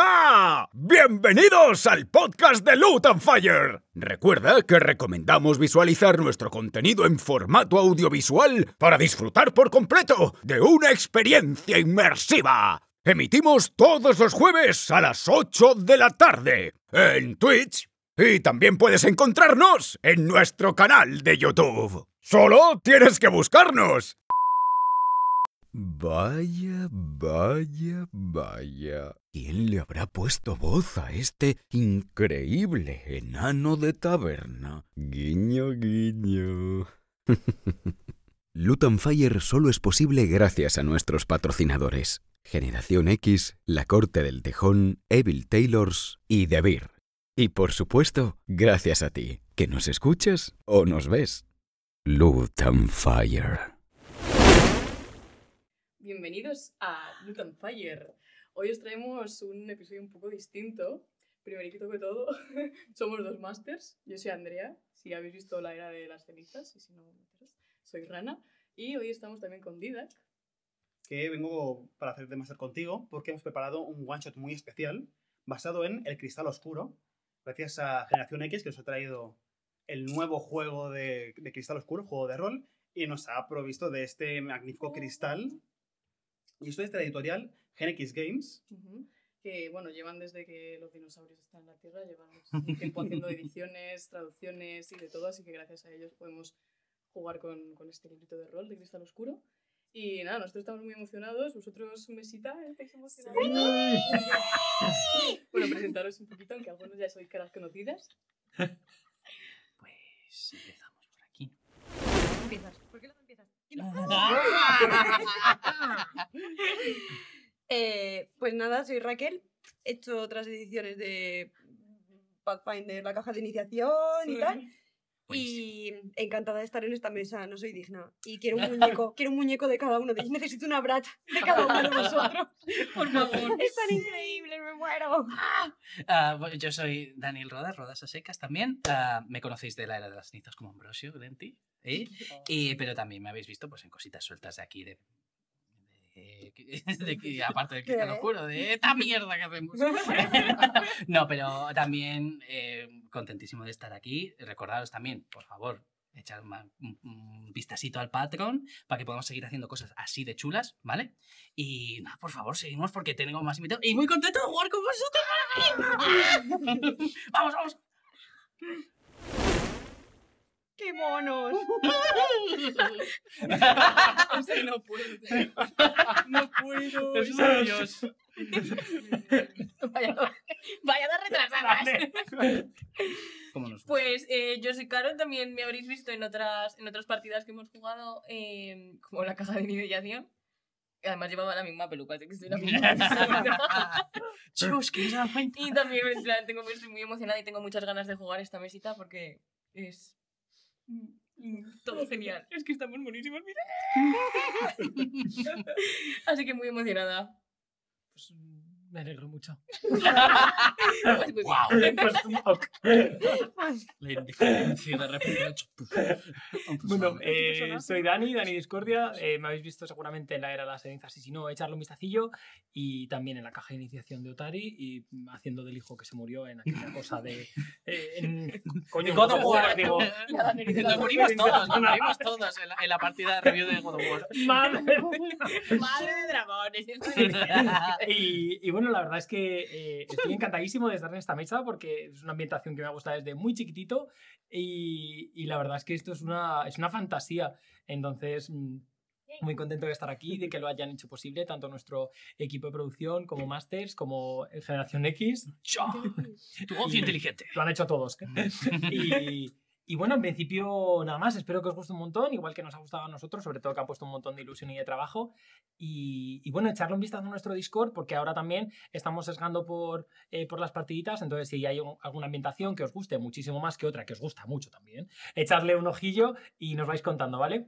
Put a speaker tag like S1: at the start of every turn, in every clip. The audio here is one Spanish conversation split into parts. S1: Hola, bienvenidos al podcast de Loot and Fire. Recuerda que recomendamos visualizar nuestro contenido en formato audiovisual para disfrutar por completo de una experiencia inmersiva. Emitimos todos los jueves a las 8 de la tarde en Twitch y también puedes encontrarnos en nuestro canal de YouTube. Solo tienes que buscarnos. Vaya, vaya, vaya. ¿Quién le habrá puesto voz a este increíble enano de taberna? Guiño, guiño. Luton Fire solo es posible gracias a nuestros patrocinadores. Generación X, La Corte del Tejón, Evil Taylors y The Beer. Y por supuesto, gracias a ti, que nos escuchas o nos ves. Luton Fire.
S2: Bienvenidos a Loot and Fire. Hoy os traemos un episodio un poco distinto. Primerito que todo, somos dos masters. Yo soy Andrea, si habéis visto la era de las cenizas, y si no, soy Rana. Y hoy estamos también con Didac.
S3: que vengo para hacer de máster contigo porque hemos preparado un one shot muy especial basado en El Cristal Oscuro, gracias a Generación X que nos ha traído el nuevo juego de, de Cristal Oscuro, juego de rol, y nos ha provisto de este magnífico cristal. Y esto es de la editorial Gen X Games.
S2: Ujú. Que bueno, llevan desde que los dinosaurios están en la Tierra, llevan un tiempo haciendo ediciones, traducciones y de todo, así que gracias a ellos podemos jugar con, con este librito de rol de cristal oscuro. Y nada, nosotros estamos muy emocionados. ¿Vosotros, mesita, estáis emocionados? bueno, presentaros un poquito, aunque algunos ya sois caras conocidas.
S4: Pues empezamos por aquí.
S5: empiezas? ¿Por qué no empiezas? Eh, pues nada, soy Raquel. He hecho otras ediciones de Pathfinder, la caja de iniciación y tal. Y encantada de estar en esta mesa, no soy digna. Y quiero un muñeco, quiero un muñeco de cada uno. de ellos. Necesito una brat de cada uno de vosotros.
S2: Por favor.
S5: Es tan increíble, me muero.
S4: Ah, bueno, yo soy Daniel Rodas, Rodas a secas también. Ah, me conocéis de la era de las cenizas como Ambrosio Lenti. ¿eh? Y, pero también me habéis visto pues, en cositas sueltas de aquí, de, de- de- de- aparte del cristal
S5: ¿Qué?
S4: oscuro, de esta mierda que hacemos. no, pero también eh, contentísimo de estar aquí. Recordaros también, por favor, echar ma- un, un vistacito al Patreon para que podamos seguir haciendo cosas así de chulas, ¿vale? Y nada, por favor, seguimos porque tengo más invitados. Y muy contento de jugar con vosotros. vamos, vamos.
S5: ¡Qué monos!
S2: O sea, no puedo. tío. No puedo.
S4: Es Dios.
S6: Vaya, vaya dos retrasadas.
S4: ¿Cómo nos gusta?
S6: Pues eh, yo soy Caro, también me habréis visto en otras, en otras partidas que hemos jugado, eh, como la caja de iniciación. Además llevaba la misma peluca, así que estoy la misma persona.
S4: Chus, que es la fuente.
S6: Y también en plan, tengo, estoy muy emocionada y tengo muchas ganas de jugar esta mesita porque es mm, todo genial. Es que estamos buenísimos, mira. Así que muy emocionada.
S7: Pues mm, me alegro mucho.
S6: Pues, pues,
S4: Guau.
S7: La indiferencia de repente. ha hecho puf. Bueno, eh, soy Dani, Dani Discordia. eh, me habéis visto seguramente en la era de las cenizas y si no, echarle un vistacillo. Y también en la caja de iniciación de Otari y mm, haciendo del hijo que se murió en aquella cosa de. eh, en- coño,
S4: God
S7: God
S4: of
S7: of
S4: War.
S7: War, digo.
S4: Nos morimos todos, nos morimos todos eh. en la, en la partida de review de God of War.
S7: Madre
S6: madre de dragones.
S7: y, y bueno, la verdad es que eh, estoy encantadísimo de estar en esta mesa porque es una ambientación que me ha gustado desde muy chiquitito y, y la verdad es que esto es una, es una fantasía. Entonces, mm, muy contento de estar aquí, de que lo hayan hecho posible tanto nuestro equipo de producción como Masters, como Generación X. ¡Yo!
S4: Tu ocio inteligente.
S7: Lo han hecho todos. Y, y bueno, en principio nada más. Espero que os guste un montón, igual que nos ha gustado a nosotros, sobre todo que han puesto un montón de ilusión y de trabajo. Y, y bueno, echarle un vistazo a nuestro Discord, porque ahora también estamos sesgando por, eh, por las partiditas. Entonces, si hay un- alguna ambientación que os guste muchísimo más que otra, que os gusta mucho también, echarle un ojillo y nos vais contando, ¿vale?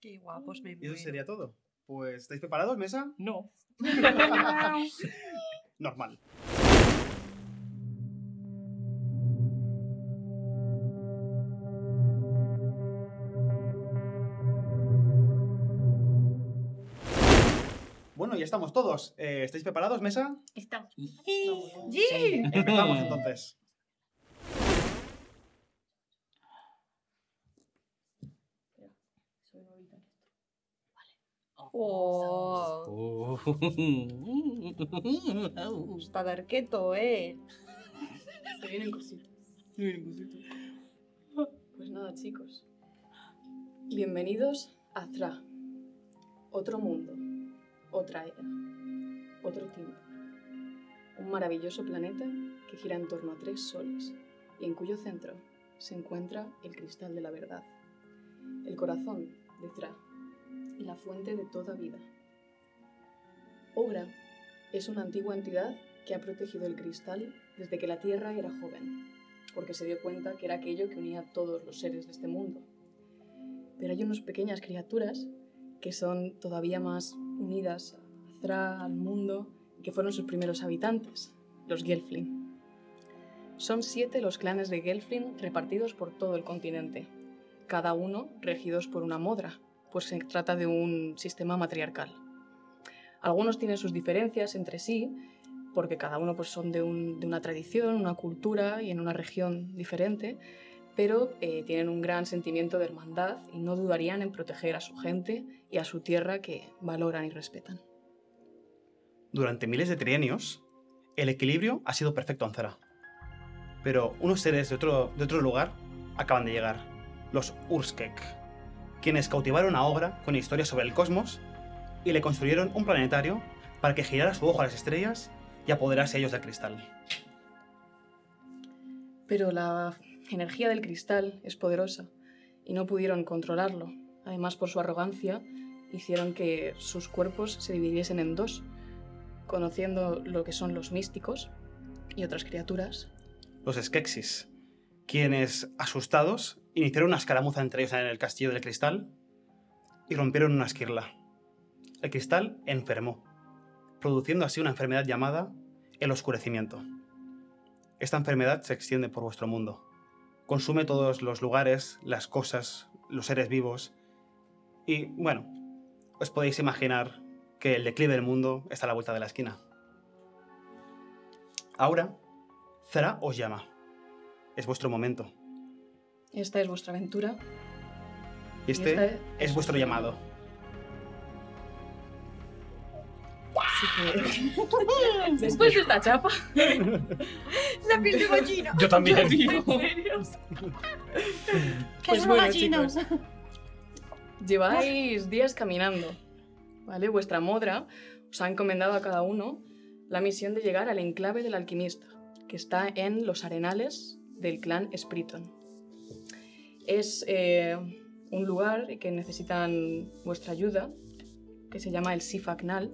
S5: ¡Qué guapos me
S3: Y eso
S5: muero!
S3: sería todo. Pues, ¿estáis preparados, mesa?
S7: No.
S3: Normal. Bueno, y ya estamos todos. Eh, ¿Estáis preparados, mesa? Eh,
S6: Está.
S5: ¡Sí!
S3: Empezamos entonces.
S2: Soy novita en esto.
S5: Oh, está darqueto, ¿eh?
S2: Se vienen cositas. Se vienen cositas. Pues nada, chicos. Bienvenidos a Thra. Otro mundo. Otra era. Otro tiempo. Un maravilloso planeta que gira en torno a tres soles y en cuyo centro se encuentra el cristal de la verdad, el corazón de Thra y la fuente de toda vida. Obra es una antigua entidad que ha protegido el cristal desde que la Tierra era joven, porque se dio cuenta que era aquello que unía a todos los seres de este mundo. Pero hay unas pequeñas criaturas que son todavía más unidas a Thra, al mundo, y que fueron sus primeros habitantes, los Gelfling. Son siete los clanes de Gelfling repartidos por todo el continente, cada uno regidos por una modra, pues se trata de un sistema matriarcal. Algunos tienen sus diferencias entre sí, porque cada uno pues, son de, un- de una tradición, una cultura y en una región diferente, pero eh, tienen un gran sentimiento de hermandad y no dudarían en proteger a su gente y a su tierra que valoran y respetan.
S3: Durante miles de trienios, el equilibrio ha sido perfecto en Zara. Pero unos seres de otro, de otro lugar acaban de llegar, los Urskek, quienes cautivaron a Ogra con historias sobre el cosmos y le construyeron un planetario para que girara su ojo a las estrellas y apoderarse ellos del cristal.
S2: Pero la energía del cristal es poderosa y no pudieron controlarlo. Además, por su arrogancia, hicieron que sus cuerpos se dividiesen en dos, conociendo lo que son los místicos y otras criaturas,
S3: los Skeksis, quienes, asustados, iniciaron una escaramuza entre ellos en el castillo del cristal y rompieron una esquirla. El cristal enfermó, produciendo así una enfermedad llamada el oscurecimiento. Esta enfermedad se extiende por vuestro mundo, consume todos los lugares, las cosas, los seres vivos y, bueno, os podéis imaginar que el declive del mundo está a la vuelta de la esquina. Ahora, Zara os llama. Es vuestro momento.
S2: Esta es vuestra aventura.
S3: Y este
S2: esta es-
S3: es vuestro llamado.
S2: Así
S6: Después de Pues esta chapa.
S5: La piel de gallina.
S8: Yo también.
S2: que- Pues bueno, chicos. Lleváis días caminando, ¿vale? Vuestra modra os ha encomendado a cada uno la misión de llegar al enclave del alquimista, que está en los arenales del clan Spriton. Es eh, un lugar que necesitan vuestra ayuda, que se llama el Sifaknal,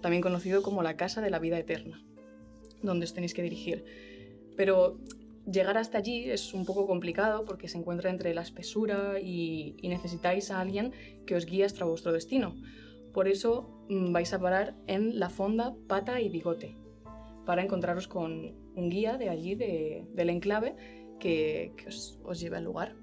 S2: también conocido como la Casa de la Vida Eterna, donde os tenéis que dirigir. Pero llegar hasta allí es un poco complicado porque se encuentra entre la espesura y, y necesitáis a alguien que os guíe hasta vuestro destino. Por eso mm, vais a parar en la fonda Pata y Bigote para encontraros con un guía de allí, de- del enclave, que, que os, os lleve al lugar.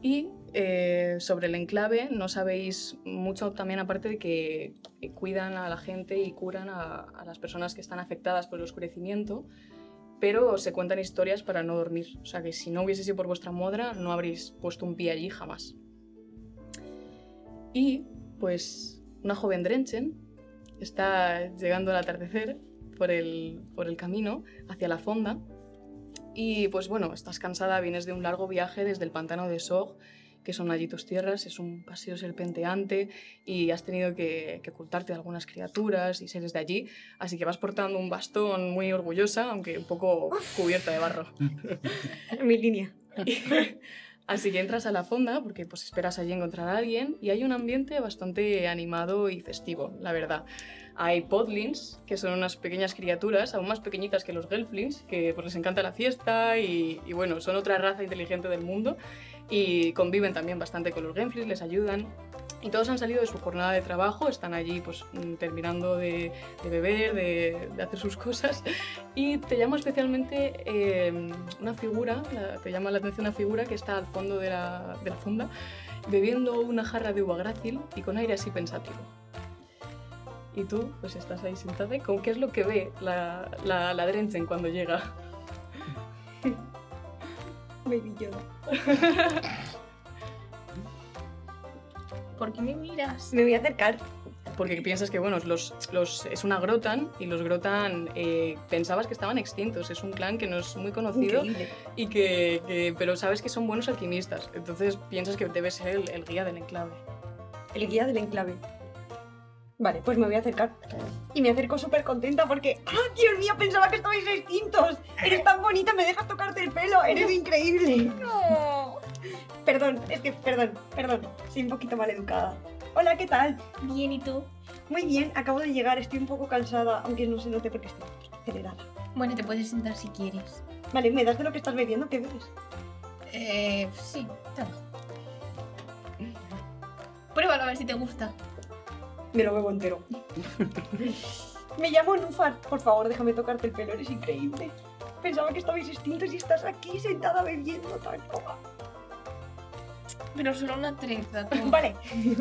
S2: Y eh, sobre el enclave no sabéis mucho también aparte de que eh, cuidan a la gente y curan a, a las personas que están afectadas por el oscurecimiento, pero se cuentan historias para no dormir. O sea que si no hubiese sido por vuestra modra, no habréis puesto un pie allí jamás. Y pues una joven Drenchen está llegando al atardecer por el, por el camino hacia la fonda. Y pues bueno, estás cansada, vienes de un largo viaje desde el pantano de Sog, que son allí tus tierras, es un paseo serpenteante y has tenido que, que ocultarte de algunas criaturas y seres de allí, así que vas portando un bastón muy orgullosa, aunque un poco cubierta de barro.
S5: Mi línea.
S2: Así que entras a la fonda porque pues esperas allí encontrar a alguien y hay un ambiente bastante animado y festivo, la verdad. Hay podlins, que son unas pequeñas criaturas, aún más pequeñitas que los gelflings, que pues les encanta la fiesta y, y, bueno, son otra raza inteligente del mundo y conviven también bastante con los gelflings, les ayudan. Y todos han salido de su jornada de trabajo, están allí pues mm, terminando de, de beber, de, de hacer sus cosas y te llama especialmente eh, una figura, la- te llama la atención una figura que está al fondo de la, de la fonda bebiendo una jarra de uva grácil y con aire así pensativo. Y tú, pues estás ahí sentada. ¿y ¿Con qué es lo que ve la, la, la Drenchen cuando llega?
S5: Baby Yoda.
S6: ¿Por qué me miras?
S5: Me voy a acercar.
S2: Porque piensas que, bueno, los, los, es una grotan y los grotan eh, pensabas que estaban extintos. Es un clan que no es muy conocido.
S5: Increíble.
S2: y que, que- pero sabes que son buenos alquimistas, entonces piensas que debe ser el, el guía del enclave.
S5: El guía del enclave. Vale, pues me voy a acercar. Y me acerco súper contenta porque. ¡Ah, Dios mío! Pensaba que estabais extintos. Eres tan bonita, me dejas tocarte el pelo. Eres increíble.
S6: No.
S5: Perdón, es que, perdón, perdón. Soy un poquito mal educada. Hola, ¿qué tal?
S6: Bien, ¿y tú?
S5: Muy bien, acabo de llegar. Estoy un poco cansada, aunque no se note porque estoy acelerada.
S6: Bueno, te puedes sentar si quieres.
S5: Vale, ¿me das de lo que estás bebiendo? ¿Qué bebes?
S6: Eh, sí, toma. Pruébalo a ver si te gusta.
S5: Me lo bebo entero. me llamo Nufar. Por favor, déjame tocarte el pelo, eres increíble. Pensaba que estabais extintos y estás aquí sentada bebiendo tal cosa.
S6: Pero solo una trenza. tú.
S5: Vale.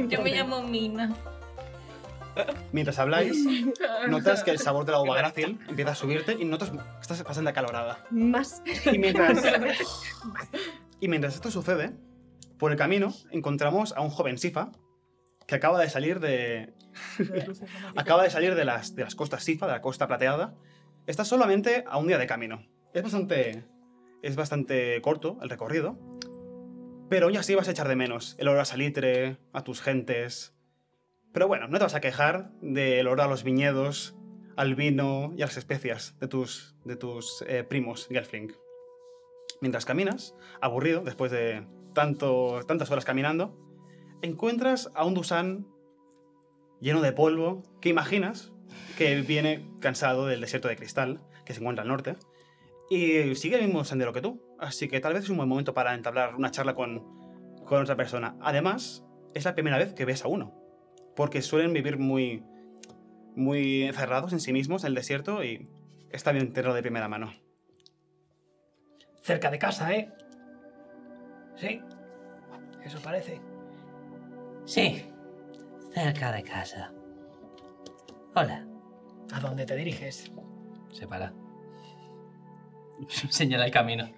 S6: Yo me llamo Mina.
S3: Mientras habláis, notas que el sabor de la uva grácil empieza a subirte y notas que estás bastante acalorada.
S5: Más.
S3: Y mientras, y mientras esto sucede, por el camino encontramos a un joven Sifa que acaba de salir de, acaba de salir de las, de las costas Sifa, de la costa plateada. Está solamente a un día de camino. Es bastante, es bastante corto el recorrido, pero aún así vas a echar de menos el olor a salitre, a tus gentes. Pero bueno, no te vas a quejar del olor a los viñedos, al vino y a las especias de tus, de tus eh, primos Gelfling. Mientras caminas, aburrido, después de tanto, tantas horas caminando, encuentras a un Dusan lleno de polvo que imaginas que viene cansado del desierto de cristal que se encuentra al norte y sigue el mismo sendero que tú. Así que tal vez es un buen momento para entablar una charla con, con otra persona. Además, es la primera vez que ves a uno, porque suelen vivir muy, muy encerrados en sí mismos en el desierto y está bien tenerlo de primera mano.
S7: Cerca de casa, ¿eh? Sí. Eso parece.
S4: Sí, cerca de casa. Hola.
S7: ¿A dónde te diriges?
S4: Se para. Señala el camino.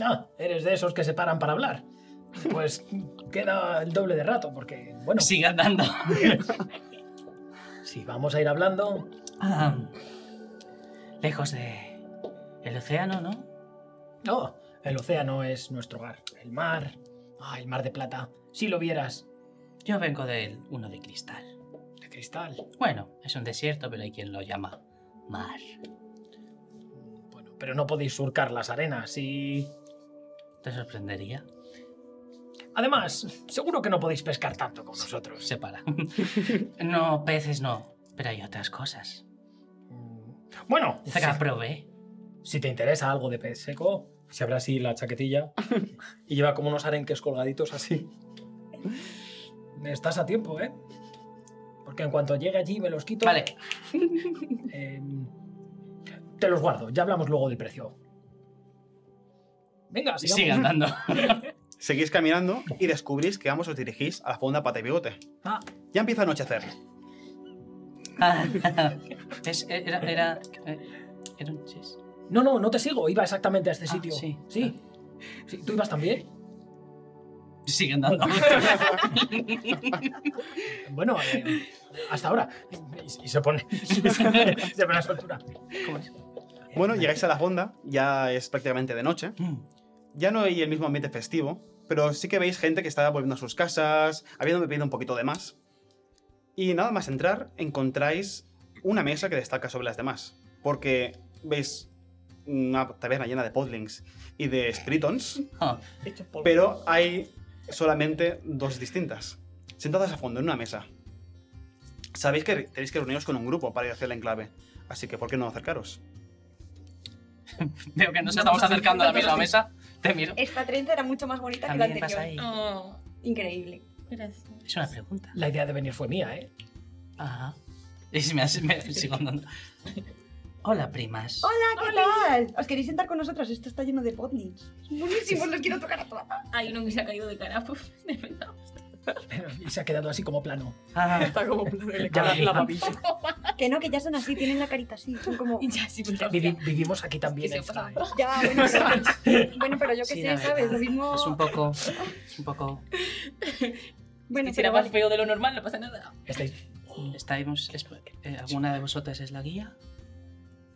S7: Ah, eres de esos que se paran para hablar. Pues queda el doble de rato, porque, bueno,
S4: Sigue andando.
S7: si vamos a ir hablando,
S4: Ah, lejos de. El océano, ¿no?
S7: No, el océano es nuestro hogar. El mar. Ah, el mar de plata. Si lo vieras.
S4: Yo vengo del uno de cristal.
S7: De cristal.
S4: Bueno, es un desierto, pero hay quien lo llama mar.
S7: Bueno, pero no podéis surcar las arenas y.
S4: ¿Te sorprendería?
S7: Además, seguro que no podéis pescar tanto como nosotros.
S4: Se para. no, peces no, pero hay otras cosas.
S7: Mm, Bueno,
S4: Dice que
S7: si-
S4: aprobé.
S7: si te interesa algo de pez seco, se abre así la chaquetilla y lleva como unos arenques colgaditos así. Estás a tiempo, ¿eh? Porque en cuanto llegue allí me los quito.
S4: Vale,
S7: Eh, te los guardo, ya hablamos luego del precio. Venga, sigamos.
S4: sigue andando.
S3: Seguís caminando y descubrís que ambos os dirigís a la fonda Pata y Bigote.
S7: Ah,
S3: Ya empieza a anochecer.
S4: Ah, es- e, era, era, eh, era un chis.
S7: no, no, no te sigo, iba exactamente a este
S4: Ah,
S7: sitio.
S4: sí.
S7: sí. Sí, ¿Tú ibas también?
S4: Sigue andando.
S7: Bueno, eh, hasta ahora. Y, y se pone. se pone a su altura.
S4: ¿Cómo es?
S3: Bueno, llegáis a la fonda, ya es prácticamente de noche.
S4: Mm.
S3: Ya no hay el mismo ambiente festivo, pero sí que veis gente que está volviendo a sus casas, habiendo bebido un poquito de más. Y nada más entrar, encontráis una mesa que destaca sobre las demás, porque veis una taberna llena de podlings y de Stritons,
S4: Ah,
S3: pero hay solamente dos distintas, sentadas a fondo en una mesa. Sabéis que tenéis que reuniros con un grupo para ir hacia el enclave, así que ¿por qué no acercaros?
S4: Veo que nos estamos acercando a la misma mesa. Te miro.
S5: Esta trenza era mucho más bonita que la
S4: También vas
S5: anterior.
S4: ahí.
S6: Oh,
S5: Increíble.
S6: gracias.
S4: Es una pregunta.
S7: La idea de venir fue mía, ¿eh?
S4: Ajá. Y si me, hace- me sigo andando. Hola, primas.
S5: Hola, ¿qué tal? ¿Os queréis sentar con nosotros? Esto está lleno de podlings. Buenísimos, los quiero tocar a todas.
S6: Hay uno que se ha caído pues, de cara. puf, de verdad.
S7: Y se ha quedado así como plano.
S4: Ah.
S2: Está como
S7: Ya la- la
S2: papilla.
S5: Que no, que ya son así, tienen la carita así, son como...
S6: Y ya, sí, pues,
S7: Vivi- vivimos aquí también
S6: se
S7: en
S6: pasa.
S7: Francia.
S5: Ya, bueno, pero, bueno, pero yo qué
S4: Sí, la
S5: sé,
S4: verdad.
S5: ¿sabes? Lo mismo...
S4: Es un poco. Es un poco.
S5: Bueno,
S6: será
S5: pero
S6: más
S5: vale.
S6: feo de lo normal, no pasa nada.
S7: Estáis-
S4: ¿Estáis, es- eh, ¿Alguna de vosotras es la guía?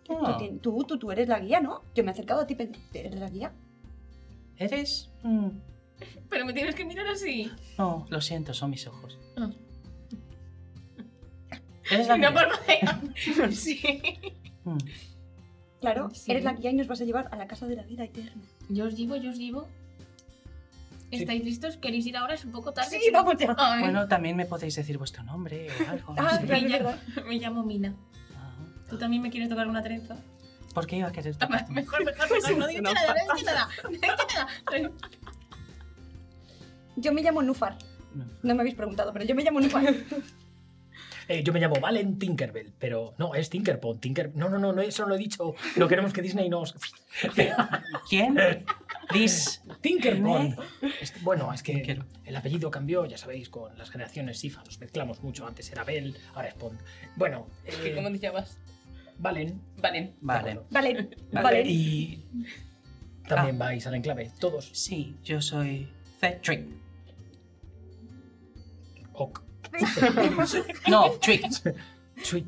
S5: Tú,
S4: Ah.
S5: tien- tú, tú, tú eres la guía, ¿no? Yo me he acercado a ti, pero ¿tú ¿eres la guía?
S4: ¿Eres? Mm,
S6: Pero me tienes que mirar así.
S4: No, lo siento, son mis ojos.
S6: Ah.
S4: ¿Eres la
S6: Una
S4: guía?
S6: forma de- Sí.
S4: Mm,
S5: Claro,
S6: Sí.
S5: eres la guía y nos vas a llevar a la casa de la vida eterna.
S6: Yo os llevo, yo os llevo. ¿Estáis listos? ¿Queréis ir ahora? Es un poco tarde.
S5: Sí,
S6: pero-
S5: vamos ya.
S6: Ay,
S4: Bueno, también me podéis decir vuestro nombre o algo. no
S5: Ah,
S4: sé.
S5: claro, es verdad.
S6: Me llamo Mina.
S4: Ah,
S6: ¿Tú también me quieres tocar una trenza?
S4: ¿Por qué iba a querer
S5: Ah,
S6: Toma,
S4: tocar?
S6: Mejor, mejor, mejor. No digas nada, no digas nada. No digas nada.
S5: Yo me llamo Nufar.
S4: No.
S5: No me habéis preguntado, pero yo me llamo Nufar.
S7: Eh, yo me llamo Valen Tinkerbell, pero no, es Tinkerpon. Tinker... No, no, no, no, eso no lo he dicho. No queremos que Disney nos...
S4: ¿Quién? Liz.
S7: Tinkerpon. Es- bueno, es que
S4: Tinker.
S7: el apellido cambió, ya sabéis, con las generaciones IFA. Nos mezclamos mucho. Antes era Bell, ahora es Pond. Bueno, eh,
S6: ¿Cómo te llamas?
S7: Valen.
S6: Valen.
S4: Vale.
S5: Vale,
S7: Vale.
S5: vale.
S7: Y también vais al enclave, todos.
S4: Ah. Sí, yo soy Trick.
S7: Ok.
S4: No, Trick.
S7: Sweet.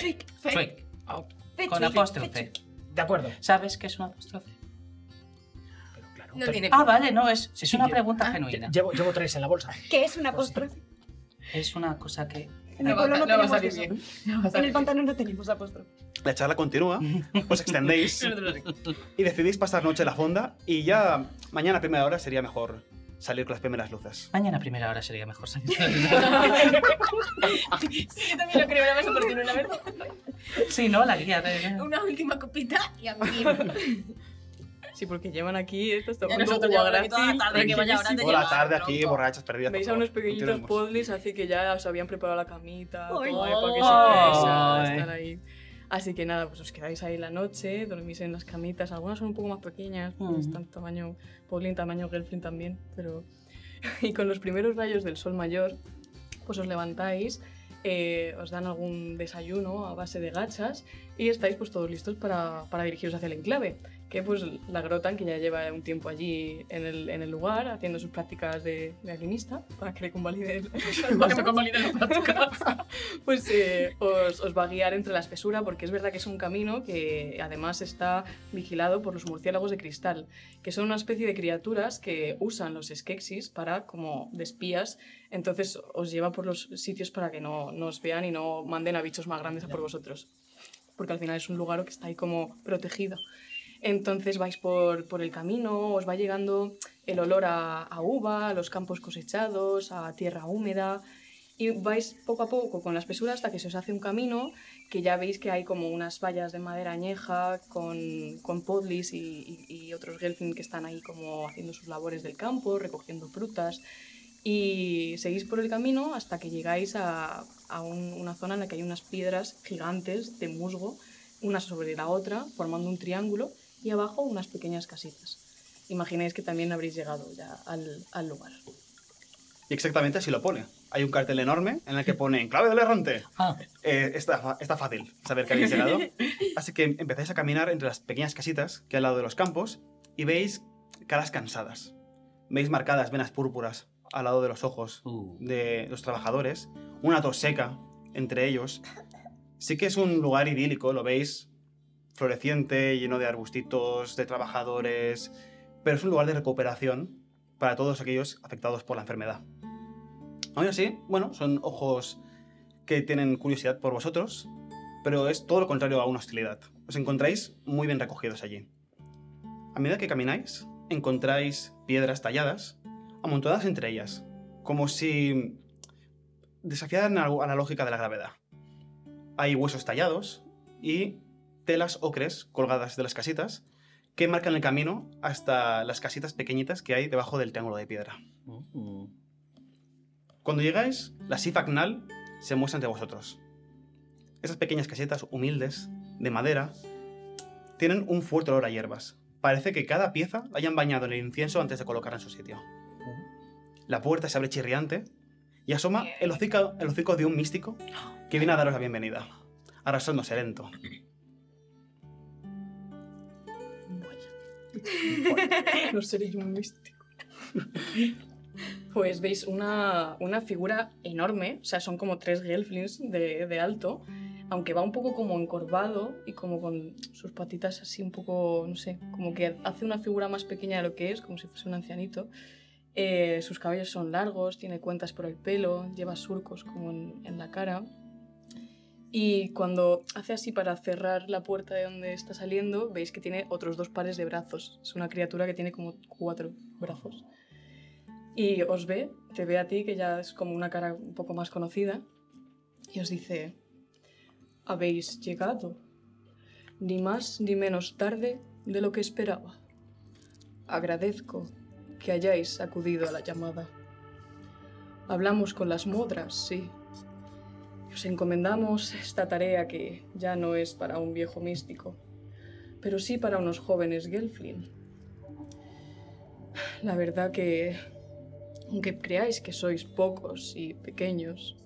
S4: Trick. Trick. Con apóstrofe.
S7: De acuerdo.
S4: ¿Sabes qué es un apóstrofe?
S7: Pero claro.
S6: No
S7: pero-
S6: tiene Ah.
S4: Ah, vale, no, es,
S7: Sí,
S4: es
S7: sí,
S4: una
S7: yo-
S4: pregunta
S7: Lle-
S4: genuina.
S7: Llevo, llevo tres en la bolsa.
S5: ¿Qué es un apóstrofe?
S4: Es una cosa que.
S5: En el
S6: No va-
S5: pueblo no
S6: no va a
S5: tenemos
S6: salir
S5: eso.
S6: bien.
S5: En el pantano no tenemos apóstrofe.
S3: La charla continúa, os extendéis y decidís pasar noche en la fonda y ya mañana a primera hora sería mejor salir con las primeras luces.
S4: Mañana a primera hora sería mejor salir.
S6: Sí, yo también lo creo, era más oportuno, la verdad.
S4: Sí, ¿no? La guía. de-
S6: Una última copita y a mí.
S2: Sí, porque llevan aquí esto hasta
S6: Ya nosotros llevamos aquí toda la tarde, que vaya ahora te
S3: Toda la
S6: llevas,
S3: tarde aquí,
S6: tronco.
S3: borrachas perdidas.
S2: Veis a
S3: por
S2: unos
S3: favor,
S2: pequeñitos
S3: continuemos.
S2: podlis, así que ya se habían preparado la camita, todo
S5: Ay.
S2: ahí para que
S4: Ay.
S2: se pesa, estar ahí. Así que nada, pues os quedáis ahí la noche, dormís en las camitas, algunas son un poco más pequeñas, porque
S4: Ujú.
S2: están tamaño podlin, tamaño girlfriend también, pero... y con los primeros rayos del sol mayor, pues os levantáis, eh, os dan algún desayuno a base de gachas y estáis pues todos listos para, para dirigiros hacia el enclave, que pues la Grotan, que ya lleva un tiempo allí en el, en el lugar haciendo sus prácticas de, de alquimista, para que le convalide el- para que me convalide las prácticas, pues eh, os, os va a guiar entre la espesura porque es verdad que es un camino que además está vigilado por los murciélagos de cristal, que son una especie de criaturas que usan los skeksis para como de espías, entonces os lleva por los sitios para que no, no os vean y no manden a bichos más grandes a por vosotros porque al final es un lugar que está ahí como protegido. Entonces vais por, por el camino, os va llegando el olor a, a uva, a los campos cosechados, a tierra húmeda, y vais poco a poco con la espesura hasta que se os hace un camino que ya veis que hay como unas vallas de madera añeja con, con podlis y, y- y otros gelfin que están ahí como haciendo sus labores del campo, recogiendo frutas. Y seguís por el camino hasta que llegáis a, a un- una zona en la que hay unas piedras gigantes de musgo, una sobre la otra, formando un triángulo, y abajo unas pequeñas casitas. Imagináis que también habréis llegado ya al, al lugar.
S3: Y exactamente así lo pone. Hay un cartel enorme en el que pone enclave del errante.
S4: Ah,
S3: Eh, está, fa- está fácil saber que habéis llegado. Así que empezáis a caminar entre las pequeñas casitas que hay al lado de los campos y veis caras cansadas. Veis marcadas venas púrpuras al lado de los ojos
S4: uh,
S3: de los trabajadores, una tos seca entre ellos. Sí que es un lugar idílico, lo veis, floreciente, lleno de arbustitos, de trabajadores, pero es un lugar de recuperación para todos aquellos afectados por la enfermedad. Aún así, bueno, son ojos que tienen curiosidad por vosotros, pero es todo lo contrario a una hostilidad. Os encontráis muy bien recogidos allí. A medida que camináis, encontráis piedras talladas, amontonadas entre ellas, como si desafiaran a a la lógica de la gravedad. Hay huesos tallados y telas ocres colgadas de las casitas que marcan el camino hasta las casitas pequeñitas que hay debajo del triángulo de piedra.
S4: uh.
S3: Cuando llegáis, la Sifagnal se muestra ante vosotros. Esas pequeñas casetas humildes, de madera, tienen un fuerte olor a hierbas. Parece que cada pieza la hayan bañado en el incienso antes de colocarla en su sitio. La puerta se abre chirriante y asoma
S6: Bien.
S3: el hocico, el hocico de un místico que viene a daros la bienvenida, arrastrándose lento.
S2: No seré yo un místico. Pues veis una, una figura enorme, o sea, son como tres gelflings de, de alto, aunque va un poco como encorvado y como con sus patitas así un poco, no sé, como que hace una figura más pequeña de lo que es, como si fuese un ancianito. Eh, sus cabellos son largos, tiene cuentas por el pelo, lleva surcos como en, en la cara. Y cuando hace así para cerrar la puerta de donde está saliendo, veis que tiene otros dos pares de brazos. Es una criatura que tiene como cuatro brazos. Y os ve, te ve a ti, que ya es como una cara un poco más conocida, y os dice, habéis llegado, ni más ni menos tarde de lo que esperaba. Agradezco que hayáis acudido a la llamada. Hablamos con las modras, sí, os encomendamos esta tarea que ya no es para un viejo místico, pero sí para unos jóvenes Gelflin. La verdad que, aunque creáis que sois pocos y pequeños,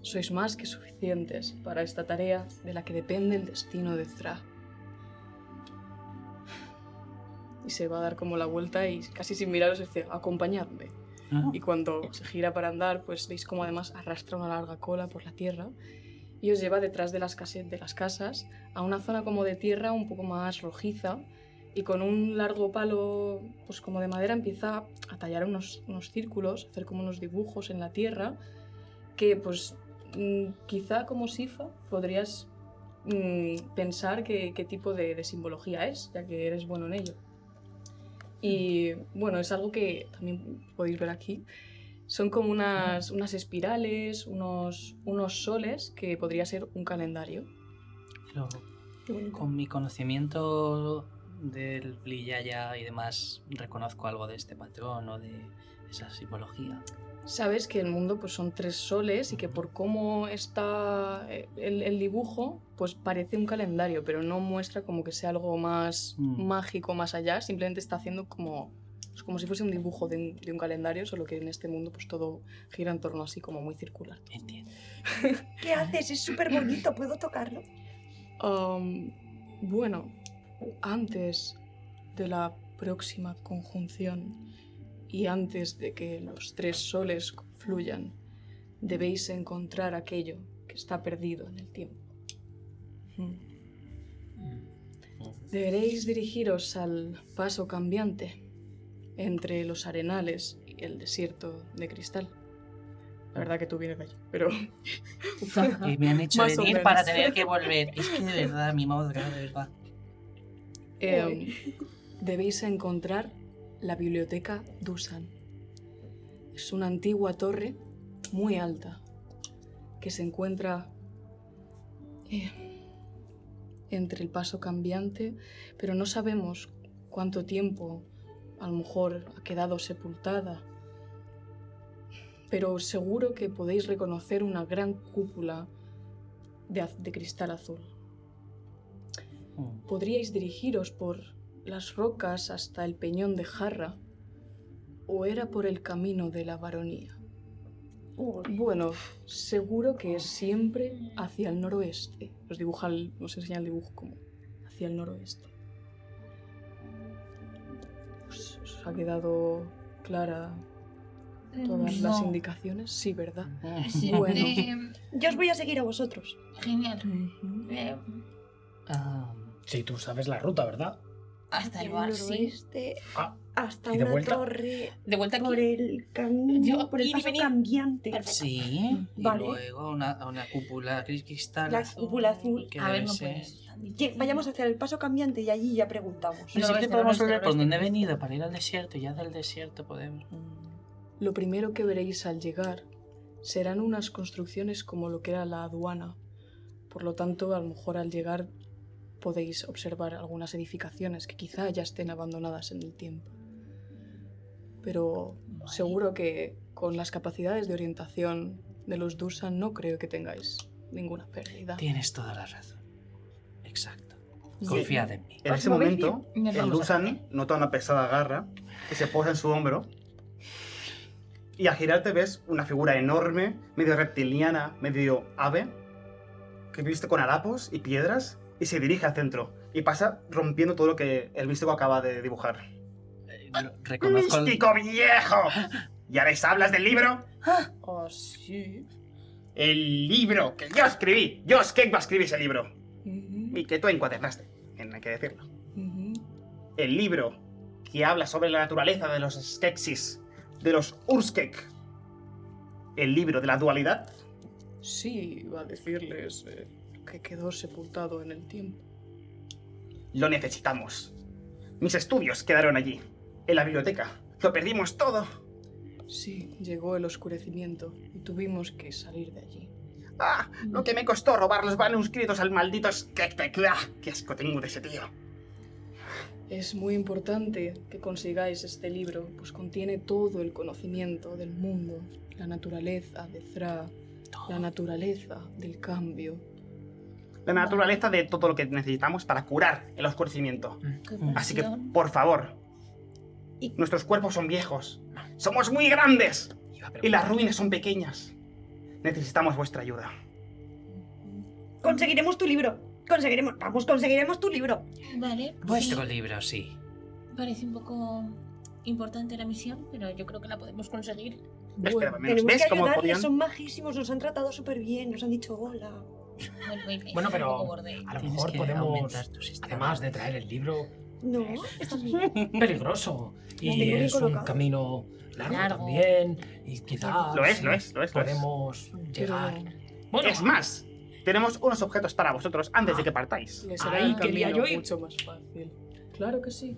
S2: sois más que suficientes para esta tarea de la que depende el destino de Thra. Y se va a dar como la vuelta y casi sin miraros dice, acompañadme. Y cuando se gira para andar, pues veis como además arrastra una larga cola por la tierra y os lleva detrás de las, case- de las casas a una zona como de tierra un poco más rojiza y con un largo palo, pues como de madera, empieza a tallar unos, unos círculos, hacer como unos dibujos en la tierra que pues mm, quizá como Sifa podrías mm, pensar qué, qué tipo de, de simbología es, ya que eres bueno en ello. Y bueno, es algo que también podéis ver aquí. Son como unas, unas espirales, unos, unos soles que podría ser un calendario.
S4: Pero
S5: Qué bonito.
S4: con mi conocimiento del Bliyaya y demás, reconozco algo de este patrón o de esa simbología.
S2: Sabes que el mundo pues, son tres soles y que por cómo está eh, el, el dibujo, pues parece un calendario, pero no muestra como que sea algo más
S4: Mm.
S2: mágico más allá. Simplemente está haciendo como, pues, como si fuese un dibujo de un, de un calendario, solo que en este mundo pues todo gira en torno así como muy circular.
S4: Entiendo.
S5: ¿Qué haces? Es súper bonito, ¿puedo tocarlo?
S2: Am, bueno, antes de la próxima conjunción y antes de que los tres soles confluyan, debéis encontrar aquello que está perdido en el tiempo. Mm. Deberéis dirigiros al paso cambiante entre los arenales y el desierto de cristal. La verdad que tú vienes de allí, pero...
S4: Y me han hecho
S2: Más o
S4: venir
S2: menos.
S4: para tener que volver. Es que de verdad, mi madre, de verdad.
S2: Em, debéis encontrar la biblioteca Dusan. Es una antigua torre muy alta que se encuentra eh, entre el paso cambiante, pero no sabemos cuánto tiempo a lo mejor ha quedado sepultada. Pero seguro que podéis reconocer una gran cúpula de az- de cristal azul podríais dirigiros por las rocas hasta el peñón de Jarra, o era por el camino de la baronía. Bueno, seguro que es siempre hacia el noroeste. Os dibuja, el- os enseña el dibujo como hacia el noroeste. ¿Os, Pues, os ha quedado clara todas las
S9: Mm, No.
S2: indicaciones? Sí, ¿verdad?
S9: Sí,
S2: Bueno.
S9: eh,
S5: Yo os voy a seguir a vosotros.
S9: genial. Eh,
S6: em,
S4: Ah,
S7: Sí, tú sabes la ruta, ¿verdad?
S9: hasta el
S5: Del
S9: bar, sí.
S5: noroeste
S7: Ah,
S5: hasta
S7: ¿y de
S5: una
S7: vuelta?
S5: torre
S6: De vuelta
S5: por
S6: aquí.
S5: el camino,
S9: Yo-
S5: por el
S9: ir y
S5: paso
S9: venir.
S5: cambiante.
S4: sí, y
S5: Vale.
S4: luego una, una cúpula cri- cristal.
S5: La cúpula azul.
S4: que
S9: A ver,
S4: debe
S9: no
S4: ser.
S9: puedes.
S5: Ye- Vayamos hacia el paso cambiante y allí ya preguntamos.
S4: Pero
S9: No,
S4: sí que
S9: este no,
S4: podemos
S9: este no,
S4: volver por
S9: este
S4: donde he
S9: no, este
S4: venido para ir al desierto. Ya del desierto podemos.
S2: Lo primero que veréis al llegar serán unas construcciones como lo que era la aduana. Por lo tanto, a lo mejor al llegar podéis observar algunas edificaciones que quizá ya estén abandonadas en el tiempo. Pero seguro que con las capacidades de orientación de los Dursan no creo que tengáis ninguna pérdida.
S4: Tienes toda la razón. Exacto.
S5: Sí.
S4: Confiad en mí.
S3: En
S5: Os
S3: ese
S5: movéis
S3: momento,
S9: Nos
S3: el
S9: vamos a
S3: Dusan nota una pesada garra que se posa en su hombro Y al girarte ves una figura enorme, medio reptiliana, medio ave, que viste con harapos y piedras y se dirige al centro. Y pasa rompiendo todo lo que el místico acaba de dibujar.
S4: Eh, lo- reconozco el-
S3: ¡Místico viejo! ¿Ya les hablas del libro?
S6: Oh, sí.
S3: El libro que yo escribí. Yo es que escribí ese libro. Y que tú encuadernaste, en hay que decirlo. El libro que habla sobre la naturaleza de los Skeksis, de los Urskek. El libro de la dualidad.
S2: Sí, iba a decirles eh, que quedó sepultado en el tiempo.
S3: Lo necesitamos. Mis estudios quedaron allí, en la biblioteca. Lo perdimos todo.
S2: Sí, llegó el oscurecimiento y tuvimos que salir de allí.
S3: ¡Ah! Lo que me costó robar los manuscritos al maldito Skektek. ¡Ah! ¡Qué asco tengo de ese tío!
S2: Es muy importante que consigáis este libro, pues contiene todo el conocimiento del mundo, la naturaleza de Thra, la naturaleza del cambio.
S3: La naturaleza de todo lo que necesitamos para curar el oscurecimiento.
S7: Mm.
S9: Qué
S3: Así que,
S9: pasión.
S3: por favor,
S5: Y-
S3: nuestros cuerpos son viejos. Somos muy grandes y las ruinas son pequeñas. Necesitamos vuestra ayuda.
S5: Conseguiremos tu libro. Conseguiremos, vamos, conseguiremos tu libro.
S9: Vale.
S4: Vuestro
S9: sí,
S4: libro, sí.
S9: Parece un poco importante la misión, pero yo creo que la podemos conseguir.
S3: Espera, menos.
S5: Tenemos
S3: ¿Ves
S5: que
S3: cómo
S5: ayudarles,
S3: podían?
S5: son majísimos, nos han tratado súper bien, nos han dicho hola.
S9: Bueno, bueno,
S7: Bueno,
S9: es un
S7: pero-
S9: poco borde.
S7: A lo
S4: Tienes
S7: mejor
S4: que
S7: podemos,
S4: aumentar tus sistemas.
S7: además de traer el libro,
S5: No,
S7: peligroso.
S5: Lo
S7: Y
S5: tengo bien
S7: es un
S5: colocado.
S7: camino largo,
S9: Largo.
S7: también. Y quizás.
S3: Lo es, lo es, lo es, lo es.
S7: Ah, Podemos llegar.
S2: Pero
S7: Bueno, Ah,
S3: Es más, tenemos unos objetos para vosotros antes de que partáis.
S2: les hará
S7: Ahí
S2: el
S7: quería
S2: camino
S7: yo ir.
S2: mucho más fácil. Claro que sí.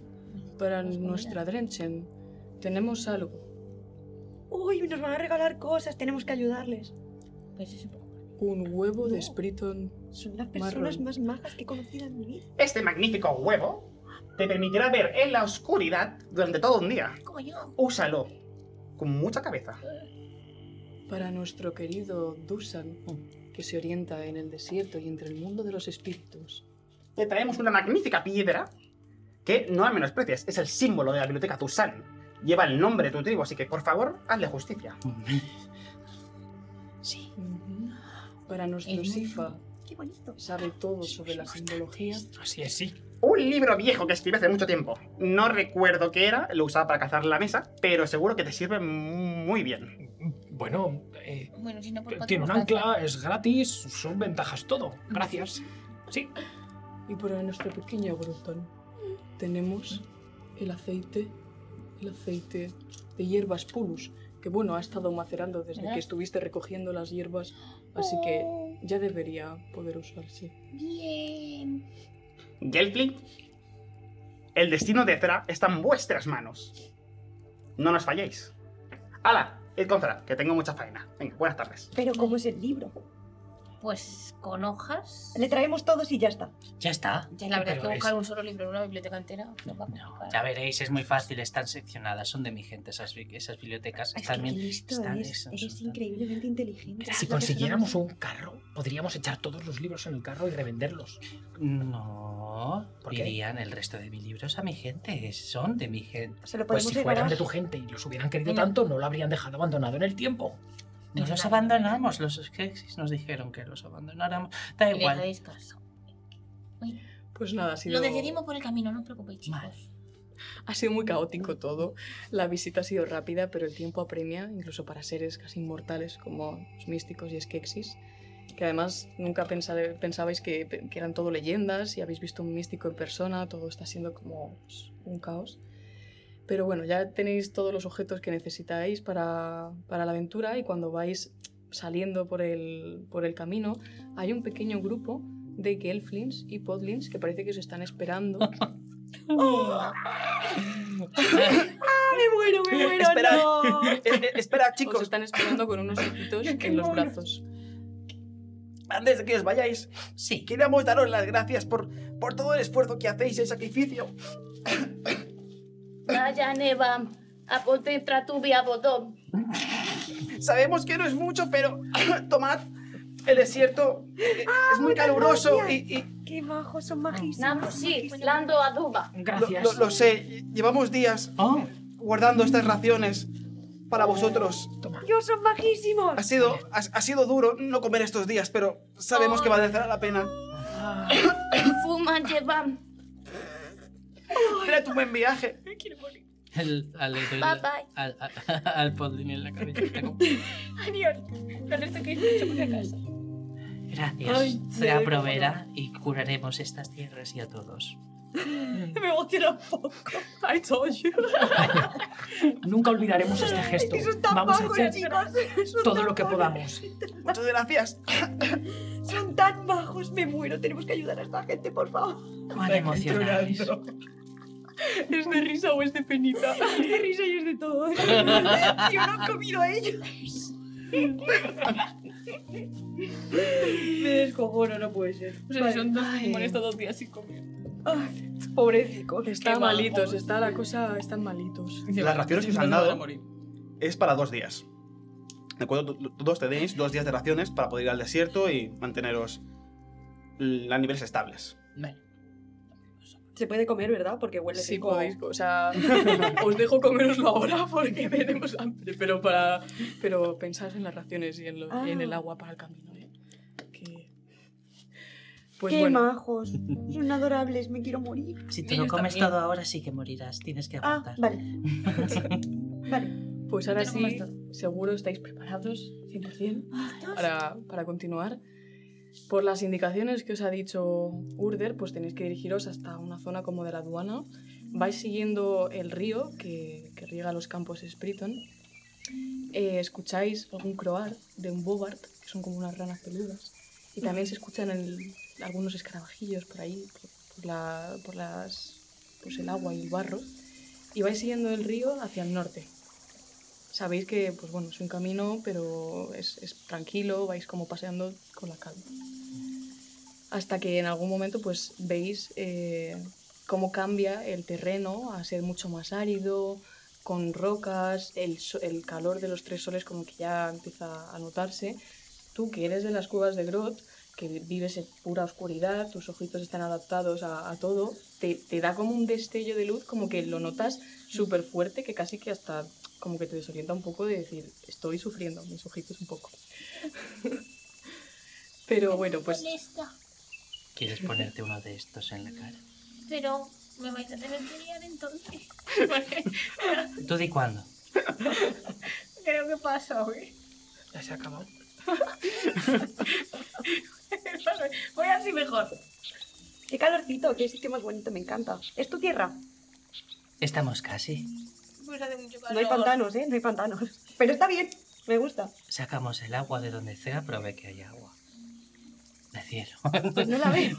S2: Para nuestra Drenchen tenemos algo,
S5: uy, nos van a regalar cosas, tenemos que ayudarles.
S9: Pues es un poco-
S2: un huevo de
S5: No.
S2: Spriton.
S5: Son las personas
S2: Marrón.
S5: más majas que he conocido en mi vida.
S3: Este magnífico huevo te permitirá ver en la oscuridad durante todo un día.
S9: Como yo.
S3: Úsalo con mucha cabeza.
S2: Eh, Para nuestro querido Dusan, que se orienta en el desierto y entre el mundo de los espíritus.
S3: Te traemos una magnífica piedra que no la menosprecias, es el símbolo de la biblioteca Tusan. Lleva el nombre de tu tribu, así que por favor, hazle justicia.
S9: Sí.
S2: Para nuestro
S9: Es muy
S2: Sifa,
S9: Qué bonito.
S2: sabe todo sobre la simbología.
S7: así es, sí.
S3: Un libro viejo que escribí hace mucho tiempo. No recuerdo qué era, lo usaba para cazar la mesa, pero seguro que te sirve muy bien.
S7: Bueno, eh,
S9: Bueno, si no por cuatro
S7: tiene un
S9: cosas.
S7: ancla, es gratis, son ventajas todo. Gracias. Sí.
S2: Y para nuestro pequeño Brutón, tenemos el aceite, el aceite de hierbas pulus, que bueno, ha estado macerando desde
S9: ¿Verdad?
S2: que estuviste recogiendo las hierbas, así que
S9: Oh,
S2: ya debería poder usarse.
S9: Bien.
S3: Gelfling, el destino de Zra está en vuestras manos. No nos falléis. ¡Hala! Id con Zra, que tengo mucha faena. Venga, buenas tardes.
S5: Pero ¿cómo es el libro?
S9: Pues con hojas.
S5: Le traemos todos y ya está.
S4: Ya está.
S9: Ya la verdad
S7: Pero
S9: que buscar
S7: es-
S9: un solo libro en una biblioteca entera. No, va a
S4: No,
S9: complicar.
S4: ya veréis, es muy fácil, están seccionadas, son de mi gente esas, bi- esas bibliotecas.
S5: Es
S4: Están
S5: que qué
S4: bien.
S5: listo
S4: están
S5: eres,
S4: esas,
S5: eres
S4: están-
S5: increíblemente inteligente.
S9: Ah,
S7: Si
S5: Es la persona
S7: consiguiéramos
S5: más-
S7: un carro, podríamos echar todos los libros en el carro y revenderlos.
S4: No,
S7: ¿Por qué?
S4: irían el resto de mis libros a mi gente, son de mi gente.
S5: Se lo
S7: Pues
S5: podemos
S7: si
S5: regalar.
S7: fueran de tu gente y los hubieran querido
S9: Venga.
S7: tanto, no lo habrían dejado abandonado en el tiempo.
S4: No
S9: Es
S4: los
S9: una-
S4: abandonamos, los Skeksis nos dijeron que los abandonáramos. Da
S9: Y le
S4: igual.
S9: hagáis caso.
S2: Pues nada, ha sido,
S9: Lo decidimos por el camino, no os preocupéis, chicos.
S4: Vale.
S2: ha sido muy caótico todo. La visita ha sido rápida, pero el tiempo apremia, incluso para seres casi inmortales como los místicos y skeksis. Que además nunca pensare- pensabais que, que eran todo leyendas y habéis visto un místico en persona, todo está siendo como pues, un caos. Pero bueno, ya tenéis todos los objetos que necesitáis para, para la aventura y cuando vais saliendo por el, por el camino hay un pequeño grupo de gelflings y podlings que parece que os están esperando Oh.
S5: ¡Ah, me muero, me muero!
S3: Espera.
S5: ¡No!
S2: eh,
S3: espera,
S2: Os están esperando con unos ojitos en los brazos.
S3: antes de que os vayáis,
S4: Sí,
S3: queríamos daros las gracias por, por todo el esfuerzo que hacéis y el sacrificio.
S9: Vaya neva, aponte tratubia botón.
S3: Sabemos que no es mucho, pero tomad. El desierto eh, es muy
S5: Ah, muchas
S3: caluroso y,
S5: gracias.
S3: y
S5: ¡Qué majos, son majísimos! majísimos.
S9: lando aduba.
S3: lo,
S7: Gracias.
S3: lo- lo sé. Llevamos días
S4: Oh,
S3: guardando estas raciones. para vosotros.
S5: ¡Dios, son majísimos!
S3: Ha sido, ha, ha sido duro no comer estos días, pero sabemos que valdrá la pena.
S9: Fuma, lleva.
S3: Era tu buen viaje.
S4: El- al, le doy
S9: Bye,
S4: la-
S9: bye.
S4: al, al, al Podlin en la cabeza. está como,
S6: Adiós. Con esto que hice, mucho por casa.
S4: Gracias.
S5: Ay,
S4: se
S5: me
S4: aprobará y curaremos estas tierras y a todos.
S5: Me emociona un poco. I told you.
S7: Nunca olvidaremos este gesto.
S5: Eso está
S7: Vamos a
S5: bajo,
S7: hacer
S5: chicos. Son
S7: todo
S5: tan
S7: lo que
S5: bajos.
S7: podamos.
S3: Muchas gracias.
S5: Son tan bajos, me muero. Tenemos que ayudar a esta gente, por favor.
S4: Cuán emocionantes.
S5: Es de risa o es de penita. Es de risa y es de todo. Yo no he comido a ellos. Me descojono, no puede ser.
S6: O sea,
S5: Vale.
S6: son dos que
S5: Ay.
S6: han estado dos días sin comer.
S5: Ay, Pobrecicos,
S6: Qué
S5: están
S6: bajos.
S5: malitos, está la cosa, están malitos.
S3: Las raciones que os han
S6: No van a
S3: dado
S6: morir.
S3: es para dos días. De acuerdo, todos tenéis dos días de raciones para poder ir al desierto y manteneros l- a niveles estables.
S5: Se puede comer, ¿verdad? Porque huele
S2: Sí,
S5: rico.
S2: podéis, o sea,
S3: ¿eh?
S2: os dejo comeroslo ahora porque tenemos hambre, pero para pero pensad en las raciones y en, lo- y en el
S5: Ah.
S2: agua para el camino, ¿eh? Que- Pues
S5: Qué
S2: bueno,
S5: majos, son adorables, me quiero morir.
S4: Si
S6: te lo Ellos comes también. todo
S4: ahora, sí que morirás. Tienes que
S5: Ah, vale. vale.
S2: pues ahora
S9: Yo no como
S2: sí, seguro estáis preparados 100% para, para continuar. Por las indicaciones que os ha dicho Urder, pues tenéis que dirigiros hasta una zona como de la aduana. Vais siguiendo el río que, que riega los campos Spriton. Eh, escucháis algún croar de un bobart, que son como unas ranas peludas. Y también se escuchan el- algunos escarabajillos por ahí, por, por la- por las, pues el agua y el barro. Y vais siguiendo el río hacia el norte. Sabéis que, pues bueno, es un camino, pero es, es tranquilo, vais como paseando con la calma. Hasta que en algún momento, pues veis eh, cómo cambia el terreno a ser mucho más árido, con rocas, el, so- el calor de los tres soles como que ya empieza a notarse. Tú que eres de las cuevas de Grot, que vi- vives en pura oscuridad, tus ojitos están adaptados a, a todo, te, te da como un destello de luz, como que lo notas súper fuerte, que casi que hasta como que te desorienta un poco de decir, estoy sufriendo, mis ojitos un poco. Pero bueno, pues
S9: Molesta,
S4: Ah. ¿Quieres ponerte uno de estos en la cara?
S9: pero me vais a tener que guiar entonces.
S4: ¿Tú di cuándo?
S9: Creo que pasa hoy.
S8: Ya se ha acabado.
S9: Voy así mejor.
S5: Qué calorcito, qué sitio más bonito, me encanta. Es tu tierra.
S4: Estamos casi.
S9: Pues hace mucho calor.
S5: No hay pantanos, ¿eh? No hay pantanos. Pero está bien, me gusta.
S4: Sacamos el agua de donde sea, probé que hay agua. De cielo.
S5: Pues no la ves.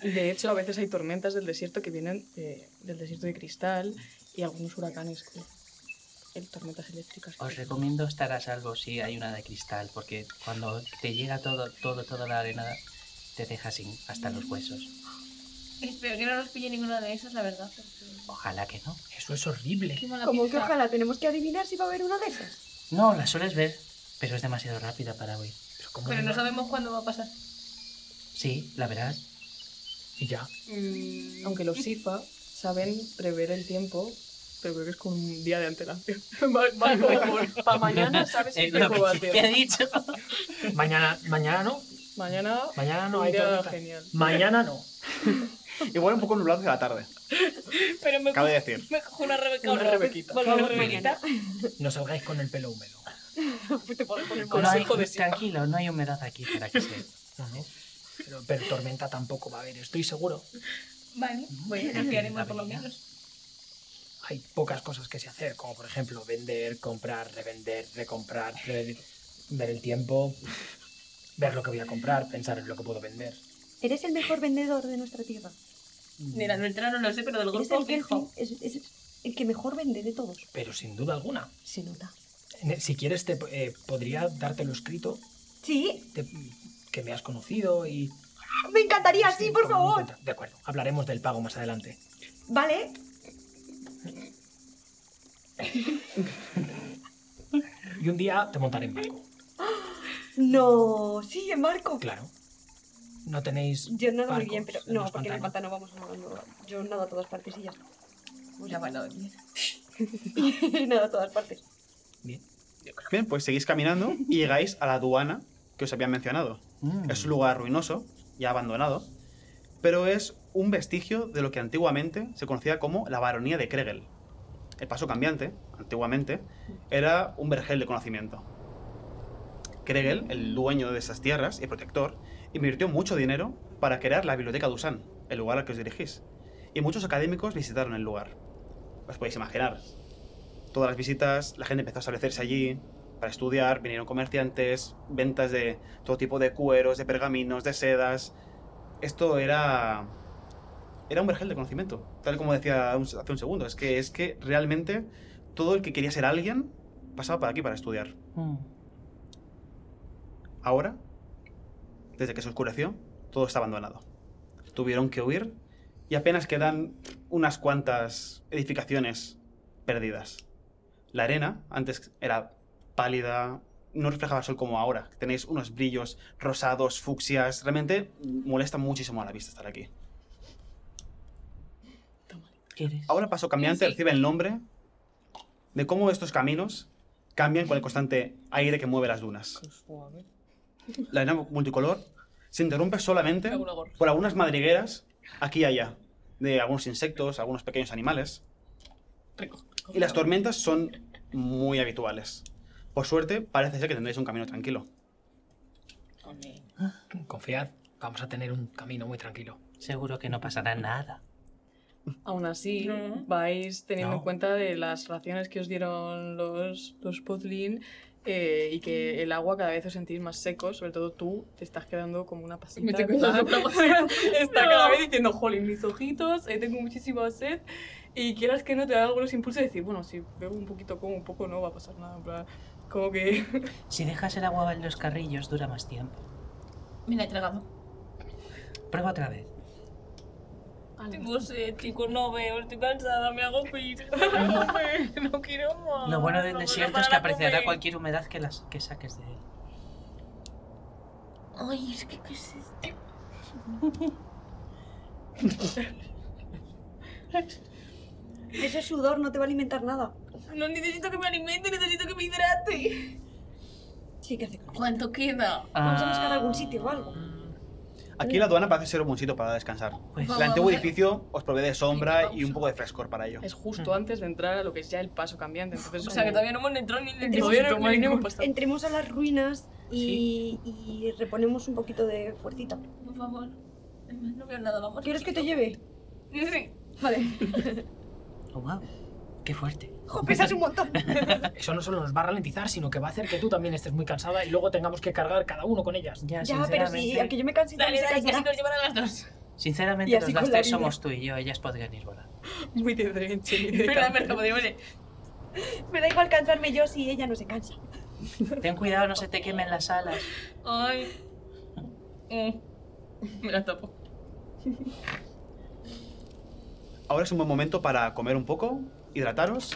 S2: de hecho a veces hay tormentas del desierto que vienen de- del desierto de cristal y algunos huracanes, que, el- tormentas eléctricas.
S4: Os recomiendo estar a salvo si hay una de cristal, porque cuando te llega todo, todo, toda la arena, te deja sin hasta los huesos.
S9: Espero que no nos pille ninguna de esas, la verdad. porque-
S4: Ojalá que no.
S7: Eso es horrible.
S9: Qué mala
S5: Como que
S9: pinta.
S5: ojalá tenemos que adivinar si va a haber una de esas.
S4: No, la sueles ver, pero es demasiado rápida para huir.
S7: Pero ¿cómo
S9: Pero
S7: le
S9: no
S7: va?
S9: sabemos cuándo va a pasar.
S4: Sí, la verás.
S7: Y ya.
S9: Mm.
S2: Aunque los SIFA saben prever el tiempo, pero creo que es con un día de antelación. Para mañana sabes
S4: Es
S2: que
S4: lo
S2: va a
S4: que te he dicho.
S7: Mañana, mañana no.
S2: Mañana,
S7: Mañana no
S2: un
S7: hay
S2: día
S7: tormenta.
S2: genial.
S7: Mañana no.
S3: Igual un poco nublado hacia la tarde,
S9: Pero me
S3: cabe decir.
S9: Me cojo una Rebeca
S2: Una
S9: ahora.
S2: Rebequita.
S9: Bueno, una Rebequita.
S7: No salgáis con el pelo húmedo.
S2: Te pones con el
S4: No hay-
S2: consejo de SIFA.
S4: tranquilo, no hay humedad aquí para que se...
S7: No, no. Pero, pero tormenta tampoco va a haber, estoy seguro.
S9: Vale, voy a confiar en vos por lo menos.
S7: Hay pocas cosas que se hacer, como por ejemplo vender, comprar, revender, recomprar, revendir, ver el tiempo, ver lo que voy a comprar, pensar en lo que puedo vender.
S5: Eres el mejor vendedor de nuestra tierra.
S9: De la nuestra no lo sé, pero del
S5: Eres
S9: grupo
S5: el, que-
S9: fijo.
S5: es- es el que mejor vende de todos.
S7: Pero sin duda alguna.
S5: Se nota.
S7: Ne- Si quieres, te eh, podría dártelo escrito,
S5: Sí, ¡Ah!
S7: te- que me has conocido y...
S5: me encantaría, sí,
S7: tomarlo
S5: por
S7: en
S5: favor.
S7: cuenta. De acuerdo, hablaremos del pago más adelante.
S5: Vale.
S7: Y un día te montaré en barco,
S5: No, sí, en barco.
S7: claro. No tenéis...
S5: Yo nado muy
S7: barcos
S5: bien, pero
S7: en
S5: no,
S7: los
S5: porque en el
S7: pantanos.
S5: pantano vamos nadando. Yo nado a todas partes y ya está.
S6: Una mano.
S5: Y nada, a todas partes.
S3: Bien, pues seguís caminando y llegáis a la aduana que os habían mencionado. Es un lugar ruinoso y abandonado, pero es un vestigio de lo que antiguamente se conocía como la baronía de Kregel. El paso cambiante, antiguamente, era un vergel de conocimiento. Kregel, el dueño de esas tierras y protector, invirtió mucho dinero para crear la biblioteca Dusan, el lugar al que os dirigís, y muchos académicos visitaron el lugar. Os podéis imaginar. Todas las visitas, la gente empezó a establecerse allí para estudiar, vinieron comerciantes, ventas de todo tipo de cueros, de pergaminos, de sedas. Esto era. Era un vergel de conocimiento. Tal como decía un- hace un segundo. Es que, es que realmente todo el que quería ser alguien pasaba por aquí para estudiar.
S4: Mm.
S3: Ahora, desde que se oscureció, todo está abandonado. Tuvieron que huir y apenas quedan unas cuantas edificaciones perdidas. La arena antes era pálida, no reflejaba el sol como ahora. Tenéis unos brillos rosados, fucsias. Realmente molesta muchísimo a la vista estar aquí.
S4: ¿Quieres?
S3: Ahora paso cambiante recibe el nombre de cómo estos caminos cambian con el constante aire que mueve las dunas. La arena multicolor se interrumpe solamente
S6: Luego, luego.
S3: por algunas madrigueras aquí y allá, de algunos insectos, algunos pequeños animales. Y las tormentas son muy habituales. Por suerte, parece ser que tendréis un camino tranquilo.
S7: Confiad, vamos a tener un camino muy tranquilo.
S4: Seguro que no pasará nada.
S2: Aún así,
S9: No.
S2: vais teniendo en
S7: No.
S2: cuenta de las raciones que os dieron los, los podlin eh, y que el agua cada vez os sentís más secos, sobre todo tú, te estás quedando como una pasita.
S6: Me estoy
S2: en
S6: quedando
S2: plan,
S6: como una
S2: Está
S6: No.
S2: cada vez diciendo, jolín, mis ojitos, eh, tengo muchísima sed. Y quieras que no te da algunos impulsos de decir, bueno, si bebo un poquito, como un poco, no va a pasar nada. en plan, como que
S4: Si dejas el agua en los carrillos, dura más tiempo.
S9: Me la he tragado.
S4: Prueba otra vez.
S6: Tengo sed, chicos, no veo, estoy cansada, me hago pis. Me hago pis, No quiero más.
S4: Lo bueno del
S6: no puedo
S4: desierto es que
S6: parar a
S4: apreciará
S6: comer.
S4: cualquier humedad que, las, que saques de él.
S9: Ay, es que qué es esto.
S5: Ese sudor no te va a alimentar nada.
S6: No necesito que me alimente, necesito que me hidrate.
S5: Sí, que hace calor.
S9: ¿Cuánto queda?
S4: Ah.
S5: Vamos a buscar algún sitio o algo.
S3: Aquí la aduana parece ser un buen sitio para descansar.
S4: Pues,
S9: Vamos.
S3: El antiguo edificio os provee de sombra y un poco de frescor para ello.
S2: es justo antes de entrar a lo que es ya el paso cambiante. Entonces,
S6: O sea, que
S2: como-
S6: todavía no hemos entrado ni en el
S2: Todavía no-
S6: desierto.
S2: no
S6: marico.
S2: hemos pasado.
S5: Entremos a las ruinas y, y reponemos un poquito de fuercita.
S9: Por favor. Además, No veo nada, vamos.
S5: ¿Quieres que te lleve?
S6: Sí.
S5: Vale.
S4: oh, wow, qué fuerte.
S5: Jo, pesas un montón.
S7: Eso no solo nos va a ralentizar, sino que va a hacer que tú también estés muy cansada y luego tengamos que cargar cada uno con ellas.
S4: Ya,
S5: ya, pero si a que yo me canse también
S6: Dale,
S5: se
S6: dale, que así
S5: cansará.
S6: nos llevan a las dos.
S5: Y
S4: Sinceramente,
S5: así
S4: los
S5: con
S4: las
S5: la
S4: tres
S5: vida.
S4: somos tú y yo, ellas podrían ir volando.
S2: Muy de derecha y de
S6: Pero la
S2: cambio.
S6: mercadería, vale.
S5: Me da igual cansarme yo si ella no se cansa.
S4: Ten cuidado, no se te quemen las alas.
S6: Ay. Mm. Me la tapo.
S3: Ahora es un buen momento para comer un poco, hidrataros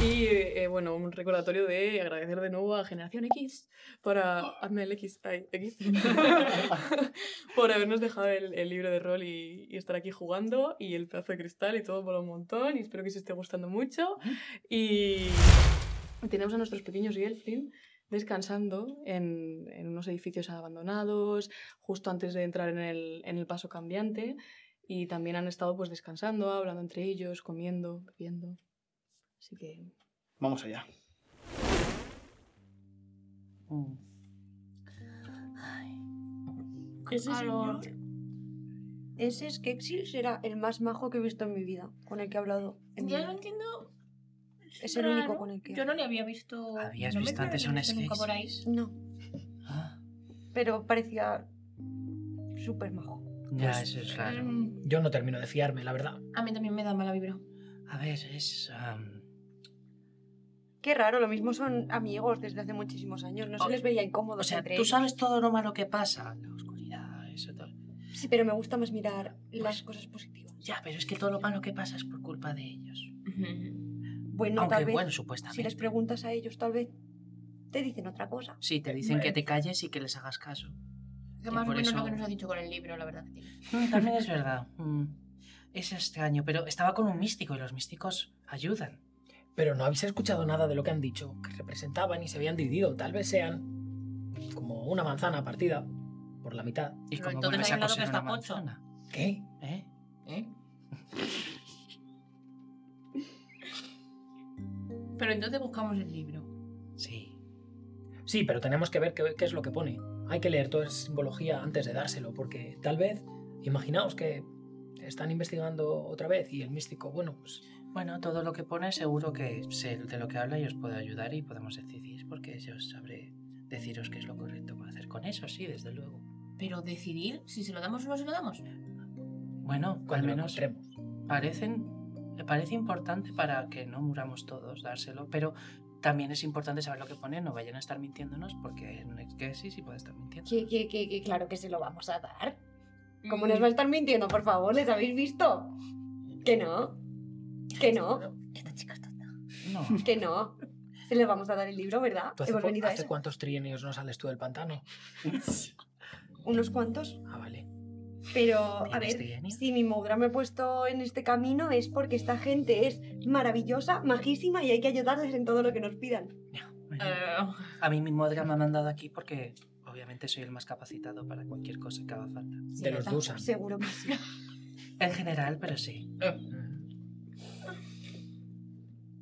S2: Y eh, eh, bueno, un recordatorio de agradecer de nuevo a Generación X para. Hazme el X, ay, X. por habernos dejado el, el libro de rol y, y estar aquí jugando. Y el pedazo de cristal y todo por un montón. Y espero que os esté gustando mucho. Y tenemos a nuestros pequeños Gelfin descansando en, en unos edificios abandonados, justo antes de entrar en el, en el paso cambiante. Y también han estado pues descansando, hablando entre ellos, comiendo, bebiendo. Así que
S3: Vamos allá.
S5: Ese Skeksis será el más majo que he visto en mi vida, con el que he hablado. en mi
S9: Ya
S5: vida.
S9: lo entiendo.
S5: Es el único
S9: raro.
S5: con el que-
S9: Yo no le había visto.
S4: ¿Habías
S9: no me
S4: visto antes
S9: había
S4: un
S9: visto nunca por ahí.
S4: sketch?
S5: No,
S4: Ah,
S5: pero parecía súper majo.
S4: ya,
S9: Pues,
S4: eso es raro.
S9: mm,
S7: Yo no termino de fiarme, la verdad.
S9: A mí también me da mala vibra.
S4: A ver, es. am,
S5: Qué raro, lo mismo son amigos desde hace muchísimos años, no se
S4: O-
S5: les veía incómodos
S4: o sea,
S5: entre
S4: tú
S5: ellos.
S4: sabes todo lo malo que pasa. La oscuridad, eso todo.
S5: Sí, pero me gusta más mirar las cosas positivas.
S4: Ya, pero es que todo lo malo que pasa es por culpa de ellos.
S5: Bueno,
S4: Aunque
S5: tal vez,
S4: bueno,
S5: si
S4: supuestamente.
S5: les preguntas a ellos, tal vez te dicen otra cosa.
S4: Sí, te dicen que te calles y que les hagas caso.
S9: Que más o
S4: por
S9: menos
S4: eso-
S9: lo que nos ha dicho con el libro, la verdad que tiene.
S4: Mm, También es verdad. Mm. Es extraño, pero estaba con un místico y los místicos ayudan.
S7: Pero no habéis escuchado nada de lo que han dicho, que representaban y se habían dividido. Tal vez sean como una manzana partida por la mitad.
S4: Y
S9: Pero
S4: como
S9: entonces
S4: vuelves
S9: hay
S4: a
S9: uno que
S4: coser
S9: está
S4: una
S9: pocho.
S4: manzana.
S7: ¿Qué?
S4: ¿Eh?
S6: ¿Eh? Pero entonces buscamos el libro.
S4: Sí.
S7: Sí, pero tenemos que ver qué, qué es lo que pone. Hay que leer toda esa simbología antes de dárselo, porque tal vez, imaginaos que están investigando otra vez y el místico, bueno, pues
S4: Bueno, todo lo que pone seguro que sé de lo que habla y os puedo ayudar y podemos decidir, porque yo sabré deciros qué es lo correcto para hacer con eso, sí, desde luego.
S9: Pero decidir si se lo damos o no se lo damos.
S4: Bueno, al
S7: cuando lo
S4: menos
S7: encontremos.
S4: parecen, me parece importante para que no muramos todos dárselo, pero también es importante saber lo que pone, no vayan a estar mintiéndonos porque hay un exquesis y puede estar mintiendo.
S5: Que, que, que, que claro que se lo vamos a dar. ¿Cómo nos va a estar mintiendo, por favor? ¿Les habéis visto? Que no. Que no.
S9: Esta chica está tonta.
S4: No.
S5: Que no. Se les vamos a dar el libro, ¿verdad?
S7: ¿Tú hace,
S5: Hemos
S7: po-
S5: venido a
S7: hace
S5: eso.
S7: cuántos trienios no sales tú del pantano?
S5: Unos cuantos.
S7: Ah, vale.
S5: Pero, a
S4: ¿Tienes
S5: ver,
S4: trienio?
S5: si mi mogra me ha puesto en este camino es porque esta gente es maravillosa, majísima y hay que ayudarles en todo lo que nos pidan.
S4: Bueno,
S7: Eh.
S4: a mí mi modra me ha mandado aquí porque obviamente soy el más capacitado para cualquier cosa que haga falta.
S7: de los Dusan.
S5: Seguro que sí.
S4: En general, pero sí.
S7: Mm,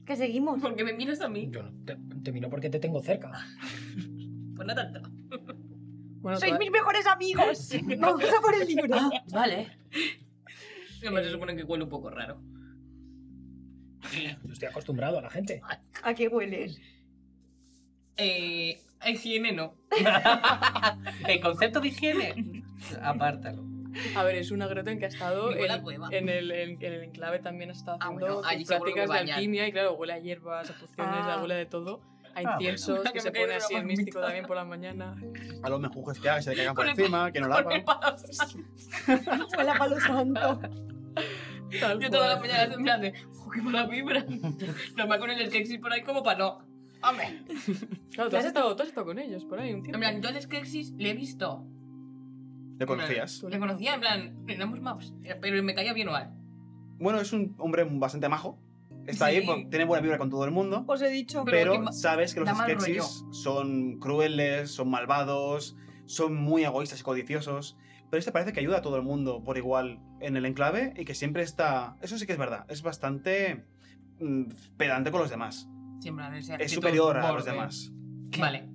S5: Que seguimos.
S6: Porque me miras a mí.
S7: Yo no te, te miro porque te tengo cerca.
S6: Pues no tanto.
S2: Bueno,
S5: Sois
S2: toda-
S5: mis mejores amigos. Vamos a por el libro.
S9: Ah,
S4: Vale.
S6: Además, se supone que huele un poco raro.
S7: Yo estoy acostumbrado a la gente.
S6: Ah,
S5: ¿A qué hueles?
S6: Eh, a higiene no.
S4: El concepto de higiene, apártalo.
S2: A ver, es una grota en que ha estado
S6: Me huele a
S2: en,
S6: cueva.
S2: en el, en- en el enclave también ha estado
S6: Ah,
S2: haciendo
S6: bueno,
S2: sus
S6: allí seguro que
S2: prácticas de
S6: bañan.
S2: alquimia y claro, huele a hierbas, a pociones,
S5: Ah.
S2: huele de todo. A
S4: bueno.
S2: inciensos,
S6: Mira
S2: que
S6: que
S2: se
S6: me cae
S2: pone
S6: de la
S2: así el
S6: palmita.
S2: místico también por la mañana.
S3: A los menjujos que hagan, se le cagan por
S6: Con el-
S3: encima, que no lavan.
S5: Huele a palo santo.
S2: Tal
S6: Yo todas las
S2: cual.
S6: mañanas en plan de, "Jo, qué mala vibra! Normal con el Skeksis por ahí como para no. ¡Hombre!
S2: Claro, tú has, estado, tú has estado con ellos por ahí un
S6: En
S2: tiempo.
S6: plan, yo al Skeksis le he visto.
S3: ¿Le conocías?
S2: Tú
S6: Le
S2: le-
S6: conocía, en plan, éramos maps. Pero me caía bien o mal.
S3: Bueno, es un hombre bastante majo. Está ahí,
S6: Sí.
S3: porque tiene buena vibra con todo el mundo.
S5: Os he dicho.
S6: Pero
S3: Pero,
S6: que ma-
S3: sabes que los
S6: da mal
S3: Skeksis son crueles, son malvados, son muy egoístas y codiciosos. Pero este parece que ayuda a todo el mundo por igual en el enclave y que siempre está. Eso sí que es verdad. Es bastante mm, pedante con los demás.
S6: Sí, en plan, ese
S3: Es
S6: actitud
S3: superior a los
S6: borde.
S3: demás.
S6: Vale.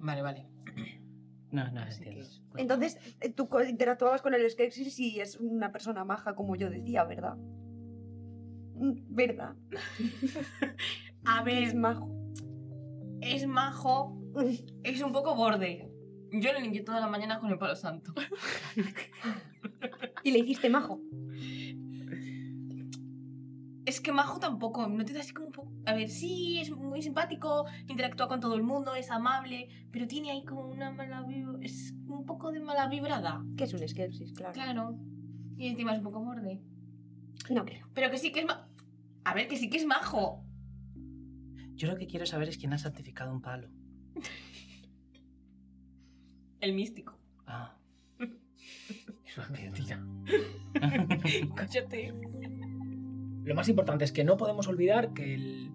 S6: Vale, vale.
S4: No, no,
S6: Así
S4: entiendo.
S6: Pues
S5: Entonces, eh, tú co- interactuabas con el Skeksis y es una persona maja, como yo decía, ¿verdad? Mm, ¿Verdad?
S6: A
S5: Es
S6: ver,
S5: majo.
S6: es majo, es un poco borde. Yo le limpié todas las mañanas con el palo santo.
S5: Y le hiciste majo.
S6: Es que majo tampoco, no te da así como un poco... A ver, sí, es muy simpático, interactúa con todo el mundo, es amable, pero tiene ahí como una mala vibra... Es un poco de mala vibrada,
S5: Que es un Skeksis, claro.
S6: claro. Y encima es un poco borde.
S5: No creo.
S6: Pero que sí que es ma... A ver, que sí que es majo.
S4: Yo lo que quiero saber es quién ha santificado un palo.
S6: El místico.
S4: Ah.
S7: Es una mentira.
S6: Cállate.
S7: Lo más importante es que no podemos olvidar que el,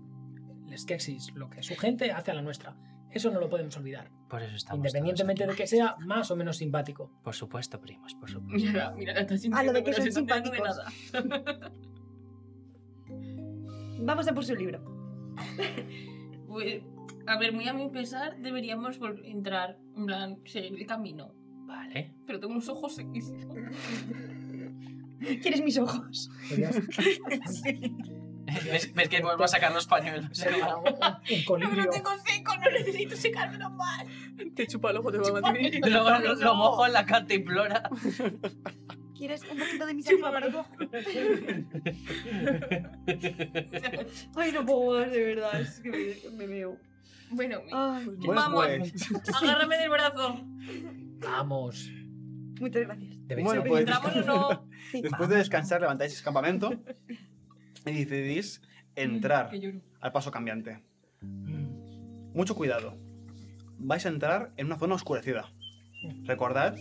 S7: el Skeksis, lo que su gente hace a la nuestra. Eso no lo podemos olvidar.
S4: Por eso estamos.
S7: independientemente
S4: todos
S7: de que sea más o menos simpático.
S4: aquí. Por supuesto, primos, por supuesto.
S6: Mira, mira, la estás
S5: Ah, lo de
S6: sintiendo,
S5: que
S6: pero
S5: son
S6: sin enterarme de
S5: simpáticos.
S6: nada.
S5: Vamos a por su libro.
S6: Pues, a ver, muy a mi pesar, deberíamos vol- entrar, en plan, seguir el camino.
S4: Vale.
S6: Pero tengo unos ojos sequísimos.
S5: ¿Quieres mis
S6: Pues
S5: ojos?
S7: Podrías
S4: ¿Ves, ves que vuelvo a sacar los pañuelos.
S7: ser un- un
S6: No, no
S7: colirio.
S6: tengo seco, no necesito secármelo más.
S2: Te chupa el ojo, te va a matar.
S4: Luego lo, lo mojo en la cantimplora.
S5: ¿Quieres un poquito de mi
S2: Chupa
S5: saliva para
S2: para
S5: el ojo? Ay, no puedo más, de verdad. Es que me, me veo. Ah,
S6: Bueno,
S5: Ay,
S3: Bueno,
S6: Vamos.
S3: pues,
S6: agárrame del brazo.
S7: Vamos.
S5: muchas gracias.
S7: Debéis
S3: Bueno,
S7: ser-
S3: pues-
S6: ¿Entramos o no?
S5: Sí.
S3: después de descansar, levantáis el campamento y decidís entrar
S6: Que lloro.
S3: al paso cambiante.
S4: Mm,
S3: Mucho cuidado. Vais a entrar en una zona oscurecida. Recordad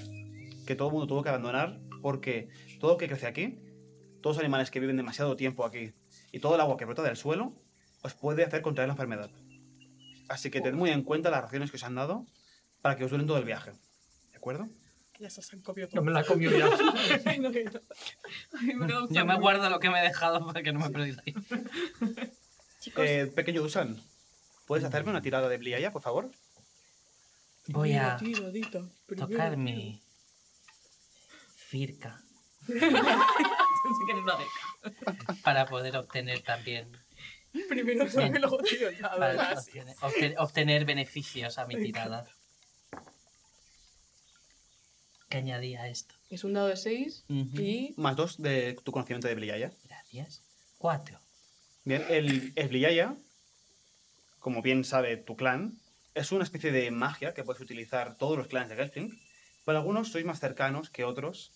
S3: que todo el mundo tuvo que abandonar porque todo lo que crece aquí, todos los animales que viven demasiado tiempo aquí y todo el agua que brota del suelo, os puede hacer contraer la enfermedad. Así que tened muy en cuenta las raciones que os han dado para que os duren todo el viaje. ¿De acuerdo?
S2: Ya se os han comido
S8: No me la comió ya.
S4: Yo me guardo lo que me he dejado para que no me perdáis.
S9: Chicos,
S3: Eh, pequeño Dusan, ¿puedes hacerme una tirada de Bliaya, por favor?
S4: Voy a
S2: Tiradita. primero
S4: tocar
S2: tiro.
S4: mi firca
S6: Así que eres una beca.
S4: para poder obtener también
S2: Primero tiro y luego tiro.
S4: para
S2: Nada más.
S4: obtener, obten- obtener beneficios a mi tirada. Que añadía esto.
S2: Es un dado de 6
S4: Ujú.
S2: y
S3: Más dos de tu conocimiento de Bliaya.
S4: Gracias. Cuatro.
S3: Bien, el, el Bliyaya, como bien sabe tu clan, es una especie de magia que puedes utilizar todos los clanes de Gelfling, pero algunos sois más cercanos que otros,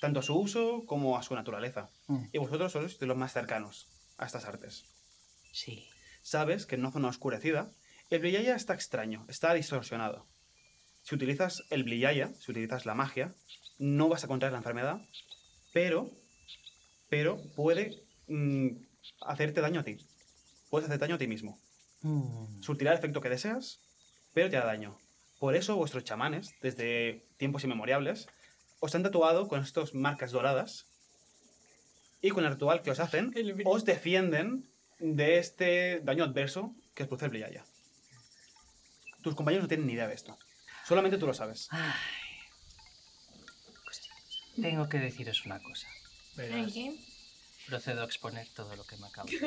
S3: tanto a su uso como a su naturaleza.
S4: Mm.
S3: Y vosotros sois de los más cercanos a estas artes.
S4: Sí.
S3: Sabes que en una zona oscurecida, el Bliyaya está extraño, está distorsionado. Si utilizas el Bliyaya, si utilizas la magia, no vas a contraer la enfermedad, pero, pero puede mm, hacerte daño a ti. Puedes hacer daño a ti mismo.
S4: Mm.
S3: Surtirá el efecto que deseas, pero te da daño. Por eso vuestros chamanes, desde tiempos inmemoriales, os han tatuado con estas marcas doradas y con el ritual que os hacen,
S2: El brillo.
S3: os defienden de este daño adverso que os produce el Bliyaya. Tus compañeros no tienen ni idea de esto. Solamente tú lo sabes.
S4: Ay. Tengo que deciros una cosa.
S9: ¿saben qué?
S4: Procedo a exponer todo lo que me acabo de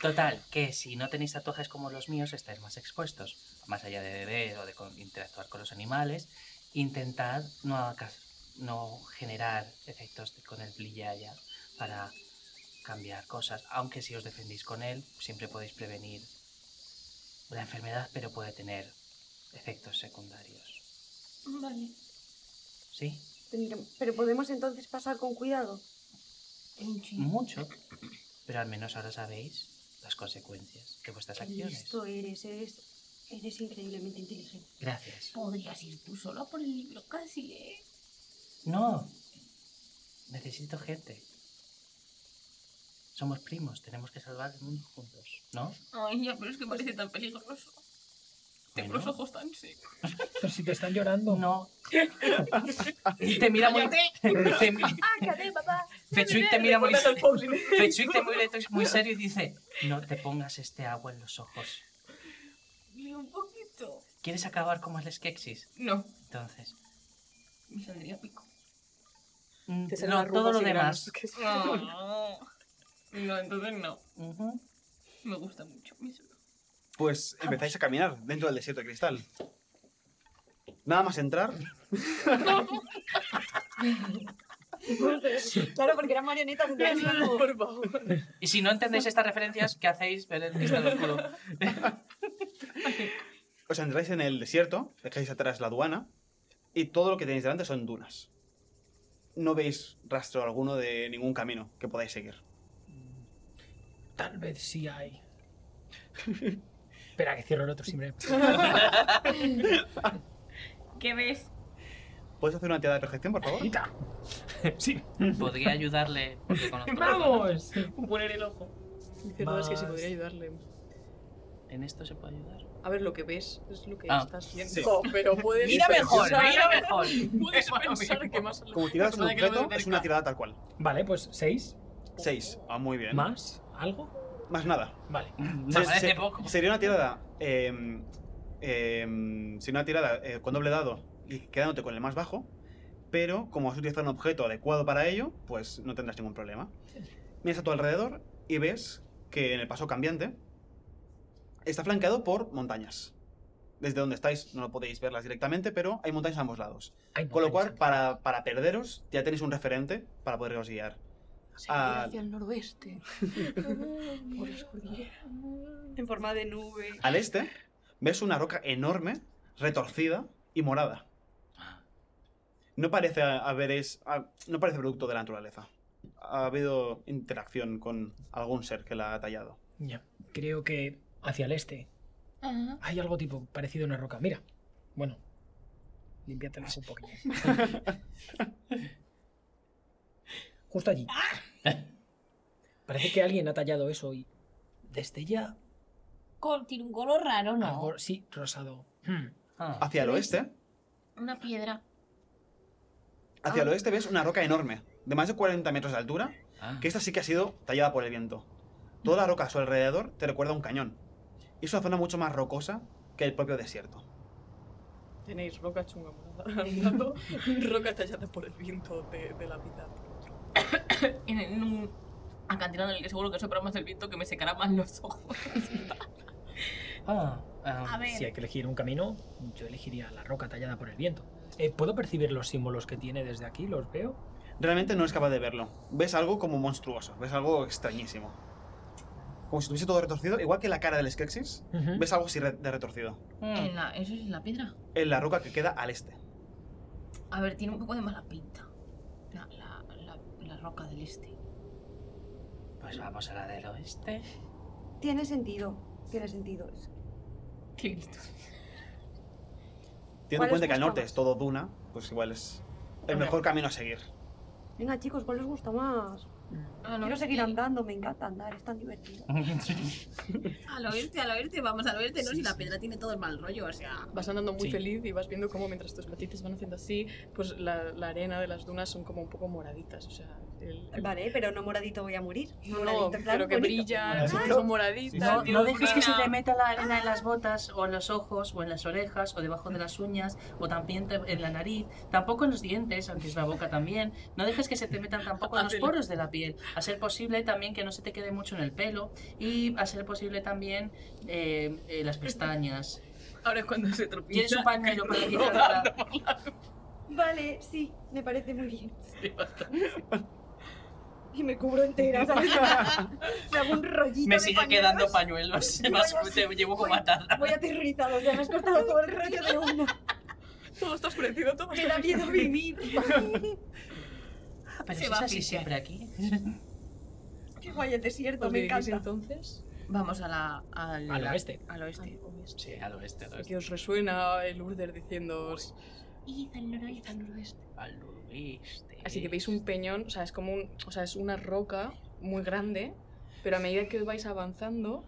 S4: Total, que si no tenéis tatuajes como los míos, estáis más expuestos. Más allá de beber o de con- interactuar con los animales, intentad no, aca- no generar efectos de- con el blillaya para cambiar cosas. Aunque si os defendéis con él, siempre podéis prevenir una enfermedad, pero puede tener efectos secundarios.
S9: Vale.
S4: ¿Sí?
S5: Tendremos- Pero podemos entonces pasar con cuidado.
S4: Mucho. Pero al menos ahora sabéis las consecuencias de vuestras
S5: Qué
S4: acciones.
S5: listo eres, eres, eres increíblemente inteligente.
S4: Gracias.
S9: Podrías ir tú sola por el libro casi, ¿eh?
S4: No. Necesito gente. Somos primos, tenemos que salvar el mundo juntos, ¿no?
S6: Ay, ya, pero es que parece tan peligroso. Tengo los
S4: Bueno.
S6: ojos tan secos.
S8: Pero si te están llorando.
S4: No. y Ah, te mira muy... te mi-
S9: ¡Cállate, papá!
S4: Fechuy te mira muy...
S2: Recuerda al Poplin.
S4: Fechuy te mira muy serio y dice, no te pongas este agua en los ojos.
S6: Ni un poquito.
S4: ¿Quieres acabar como el Skeksis?
S6: No,
S4: Entonces...
S6: me saldría pico.
S4: mm,
S2: Te salen
S4: lo-
S2: arrugas
S4: todo lo
S2: y
S4: demás.
S2: granos, que es-
S6: No, no, entonces no.
S4: Ujú.
S6: Me gusta mucho. mi suelo.
S3: Pues empezáis a caminar dentro del desierto de cristal. Nada más entrar,
S5: Claro, porque eran marionetas, entonces era como-
S2: Por favor.
S4: Y si no entendéis estas referencias, ¿qué hacéis? Ver el cristal oscuro.
S3: os entráis en el desierto, dejáis atrás la aduana y todo lo que tenéis delante son dunas. No veis rastro alguno de ningún camino que podáis seguir.
S8: Tal vez sí hay. Espera, que cierro el otro siempre.
S6: ¿Qué ves?
S3: ¿Puedes hacer una tirada de percepción, por favor?
S8: Quita. Sí.
S4: Podría ayudarle porque conozco
S8: ¡Vamos!
S6: Poner el ojo.
S2: Dice, no, es que si
S8: Más-
S2: podría ayudarle.
S4: personas. En esto se puede ayudar.
S2: A ver, lo que ves es lo que
S4: Ah.
S2: estás viendo.
S3: Sí.
S2: Pero puedes
S4: Mira mejor,
S2: pensar-
S4: mira mejor.
S2: Puedes
S4: Eso mismo.
S2: pensar que más...
S3: Como tirada es un
S2: Recuerda que no
S3: objeto,
S2: veo
S3: es una
S2: cerca.
S3: tirada tal cual.
S8: Vale, pues seis.
S3: 6. Ah, muy bien.
S8: ¿Más? ¿Algo?
S3: Más nada.
S8: Vale.
S4: Me
S3: Se-
S4: parece
S8: eh,
S3: se-
S4: poco.
S3: Sería una tirada. Eh, eh, sería una tirada eh, con doble dado y quedándote con el más bajo. Pero como has utilizado un objeto adecuado para ello, pues no tendrás ningún problema. Miras a tu alrededor y ves que en el paso cambiante está flanqueado por montañas. Desde donde estáis no lo podéis verlas directamente, pero hay montañas a ambos lados.
S8: Ay,
S3: Con lo
S8: no,
S3: cual, para, para perderos, ya tenéis un referente para poderos guiar. Ah, Al-
S2: hacia el noroeste. Por las cordilleras.
S5: en forma de nube.
S3: Al este ves una roca enorme, retorcida y morada. No parece a- haber es, a- no parece producto de la naturaleza. Ha habido interacción con algún ser que la ha tallado.
S8: Ya. Creo que hacia el este
S9: Ajá.
S8: hay algo tipo parecido a una roca. Mira. Bueno.
S7: Límpiatelas un poquillo. Justo allí.
S6: Ah.
S7: Parece que alguien ha tallado eso y destella
S9: Col- Tiene un color raro, ¿no?
S7: algo, sí, rosado. Hmm.
S4: Ah,
S3: Hacia el oeste,
S9: Una piedra.
S3: hacia el oeste ves una roca enorme, de más de 40 metros de altura,
S4: ah.
S3: que esta sí que ha sido tallada por el viento. Toda la roca a su alrededor te recuerda a un cañón. Y es una zona mucho más rocosa que el propio desierto.
S2: Tenéis roca chunga morada a un lado, roca tallada por el viento de, de la vida por otro.
S9: En, en un acantilado en el que seguro que sopra más el viento que me secará más los ojos.
S7: Ah,
S4: Ah,
S9: A ver.
S7: si hay que elegir un camino, yo elegiría la roca tallada por el viento. Eh, ¿Puedo percibir los símbolos que tiene desde aquí? ¿Los veo?
S3: Realmente no es capaz de verlo. Ves algo como monstruoso, ves algo extrañísimo. Como si estuviese todo retorcido, igual que la cara del Skeksis,
S7: Ujú.
S3: ves algo así re- de retorcido.
S6: Hmm.
S9: En la- eso es en la piedra.
S3: En la roca que queda al este.
S9: A ver, tiene un poco de mala pinta. La, la, la, la roca del este.
S4: Pues vamos a la del oeste.
S5: Tiene sentido. Tiene sentido eso.
S9: Qué listo.
S3: Teniendo
S5: ¿Cuál
S3: en
S5: os
S3: cuenta que al
S5: gusta
S3: norte
S5: más?
S3: es todo duna, pues igual es el
S9: Hombre.
S3: mejor camino a seguir.
S5: Venga, chicos, ¿cuál os gusta más?
S9: Al
S5: Quiero
S9: oeste.
S5: seguir andando, me encanta andar, es tan divertido.
S9: Al oeste, al oeste, vamos al oeste, ¿no? si la piedra tiene todo el mal rollo, o sea.
S2: Vas andando muy
S7: Sí.
S2: feliz y vas viendo cómo mientras tus patitas van haciendo así, pues la, la arena de las dunas son como un poco moraditas, o sea, el- el-
S5: Vale, pero no moradito voy a morir.
S2: no,
S5: Moradito, en plan
S2: pero que
S5: bonito.
S2: brillan,
S3: Moradito.
S2: son moraditas.
S3: No-
S2: tienen una-
S9: meta la
S5: arena en las
S9: botas, o en los ojos, o en las orejas, o debajo de las uñas, o también en la nariz, tampoco en los dientes, aunque es la boca también. No dejes que se te metan tampoco
S2: en los poros
S9: de la piel. A ser posible también que no se te quede mucho en el pelo, y a ser posible también eh, las
S5: Pues
S9: pestañas.
S2: Ahora es cuando se tropieza.
S9: ¿Quieres un pañuelo para quitar
S2: Rodando.
S9: la-
S5: Vale, sí, me parece muy bien. Y me cubro entera, ¿sabes? me hago un rollito.
S4: Me
S5: de
S4: sigue
S5: pañuelos.
S4: quedando pañuelos. Más, te llevo como atada.
S5: Voy aterrorizado, ya me has cortado todo el rollo de una.
S2: Todo está oscurecido, todo
S5: Me da miedo vivir.
S4: Pero
S9: Se
S4: si
S9: va
S4: es así
S9: a asfixiar.
S4: siempre aquí.
S5: Qué guay el desierto,
S2: Os
S5: me
S2: dirigís
S5: encanta.
S2: entonces
S9: Vamos a la, al,
S7: Al oeste.
S9: al oeste.
S2: al oeste.
S4: Sí, al oeste, al oeste.
S2: Que os resuena el Urder diciéndoos.
S9: Id al noroeste, al noroeste.
S4: Al oeste.
S2: Así que veis un peñón, o sea, es como un, o sea, es una roca muy grande, pero a medida que vais avanzando,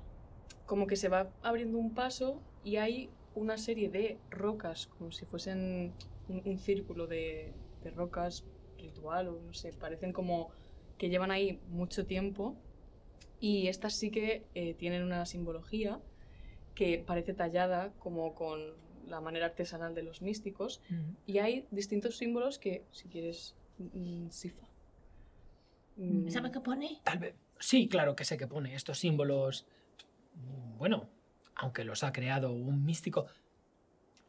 S2: como que se va abriendo un paso y hay una serie de rocas, como si fuesen un, un círculo de, de rocas ritual o no sé, parecen como que llevan ahí mucho tiempo y estas sí que eh, tienen una simbología que parece tallada como con la manera artesanal de los místicos
S6: Mm.
S2: y hay distintos símbolos que, si quieres, mm, sifa. Mm,
S9: ¿Sabes qué pone?
S7: Tal vez. Sí, claro que sé que pone estos símbolos. mm, Bueno, aunque los ha creado un místico.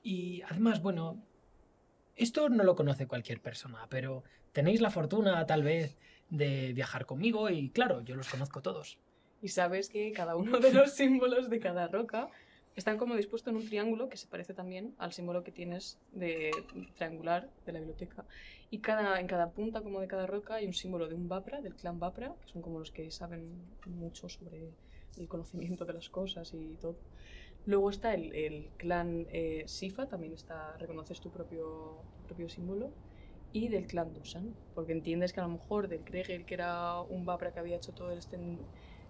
S7: Y además, bueno, esto no lo conoce cualquier persona, pero tenéis la fortuna, tal vez, de viajar conmigo y, claro, yo los conozco todos.
S2: Y sabes que cada uno de los símbolos de cada roca están como dispuestos en un triángulo que se parece también al símbolo que tienes de triangular de la biblioteca. Y cada, en cada punta como de cada roca hay un símbolo de un Vapra, del clan Vapra, que son como los que saben mucho sobre el conocimiento de las cosas y todo. Luego está el, el clan eh, Sifa, también está, reconoces tu propio, tu propio símbolo. Y del clan Dusan, porque entiendes que a lo mejor del Kregel, que era un Vapra que había hecho todo este en-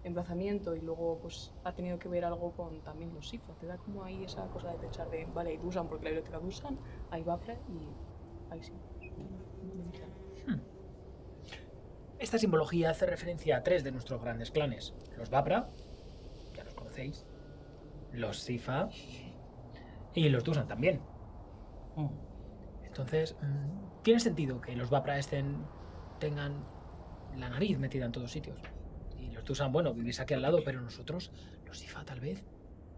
S2: emplazamiento y luego pues ha tenido que ver algo con también los Sifa. Te da como ahí esa cosa de pensar de, vale, hay Dusan porque la biblioteca Dusan, hay Vapra y hay Sifa.
S4: Hmm.
S7: Esta simbología hace referencia a tres de nuestros grandes clanes: los Vapra, ya los conocéis, los Sifa y los Dusan también. Entonces, mm, tiene sentido que los Vapra estén, tengan la nariz metida en todos sitios. Y los Dusan, bueno, vivís aquí al lado, pero nosotros, los Sifa tal vez,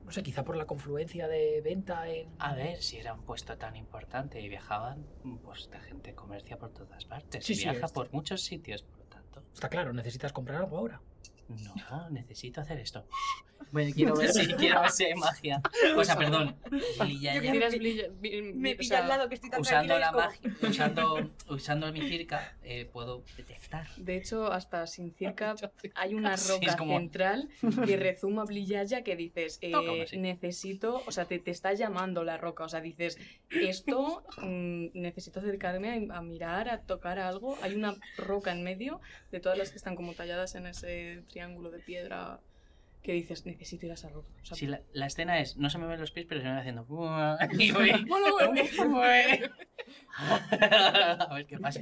S7: no sé, quizá por la confluencia de venta en...
S4: A ver, si era un puesto tan importante y viajaban, pues la gente comercia por todas partes.
S7: Sí,
S4: y
S7: sí,
S4: viaja
S7: es-
S4: por muchos sitios, por lo tanto.
S7: Está claro, necesitas comprar algo ahora.
S4: No, necesito hacer esto. Bueno, quiero ver si quiero ver si hay magia. O sea, perdón. Lilla ya.
S5: Yo creo-
S2: Tiras
S5: me-
S2: brilla- bi-
S5: Me
S2: o
S5: pilla
S2: sea,
S5: al lado que estoy tan
S4: Usando
S5: tranquila.
S4: la
S5: y es
S4: magia, usando, usando mi circa, eh, puedo detectar.
S2: De hecho, hasta sin circa hay una
S4: Sí, es
S2: roca
S4: como-
S2: central que rezuma brillalla que dices, eh,
S4: Tócame, sí.
S2: necesito, o sea, te, te está llamando la roca, o sea, dices, esto mm, necesito acercarme a, a mirar, a tocar algo. Hay una roca en medio de todas las que están como talladas en ese triángulo de piedra que dices, necesito ir a esa roca. O sea,
S4: Si la, la escena es, no se me ven los pies, pero se me van haciendo. "Buah", Y voy.
S2: Bueno, bueno.
S4: "Buah". A ver qué pasa.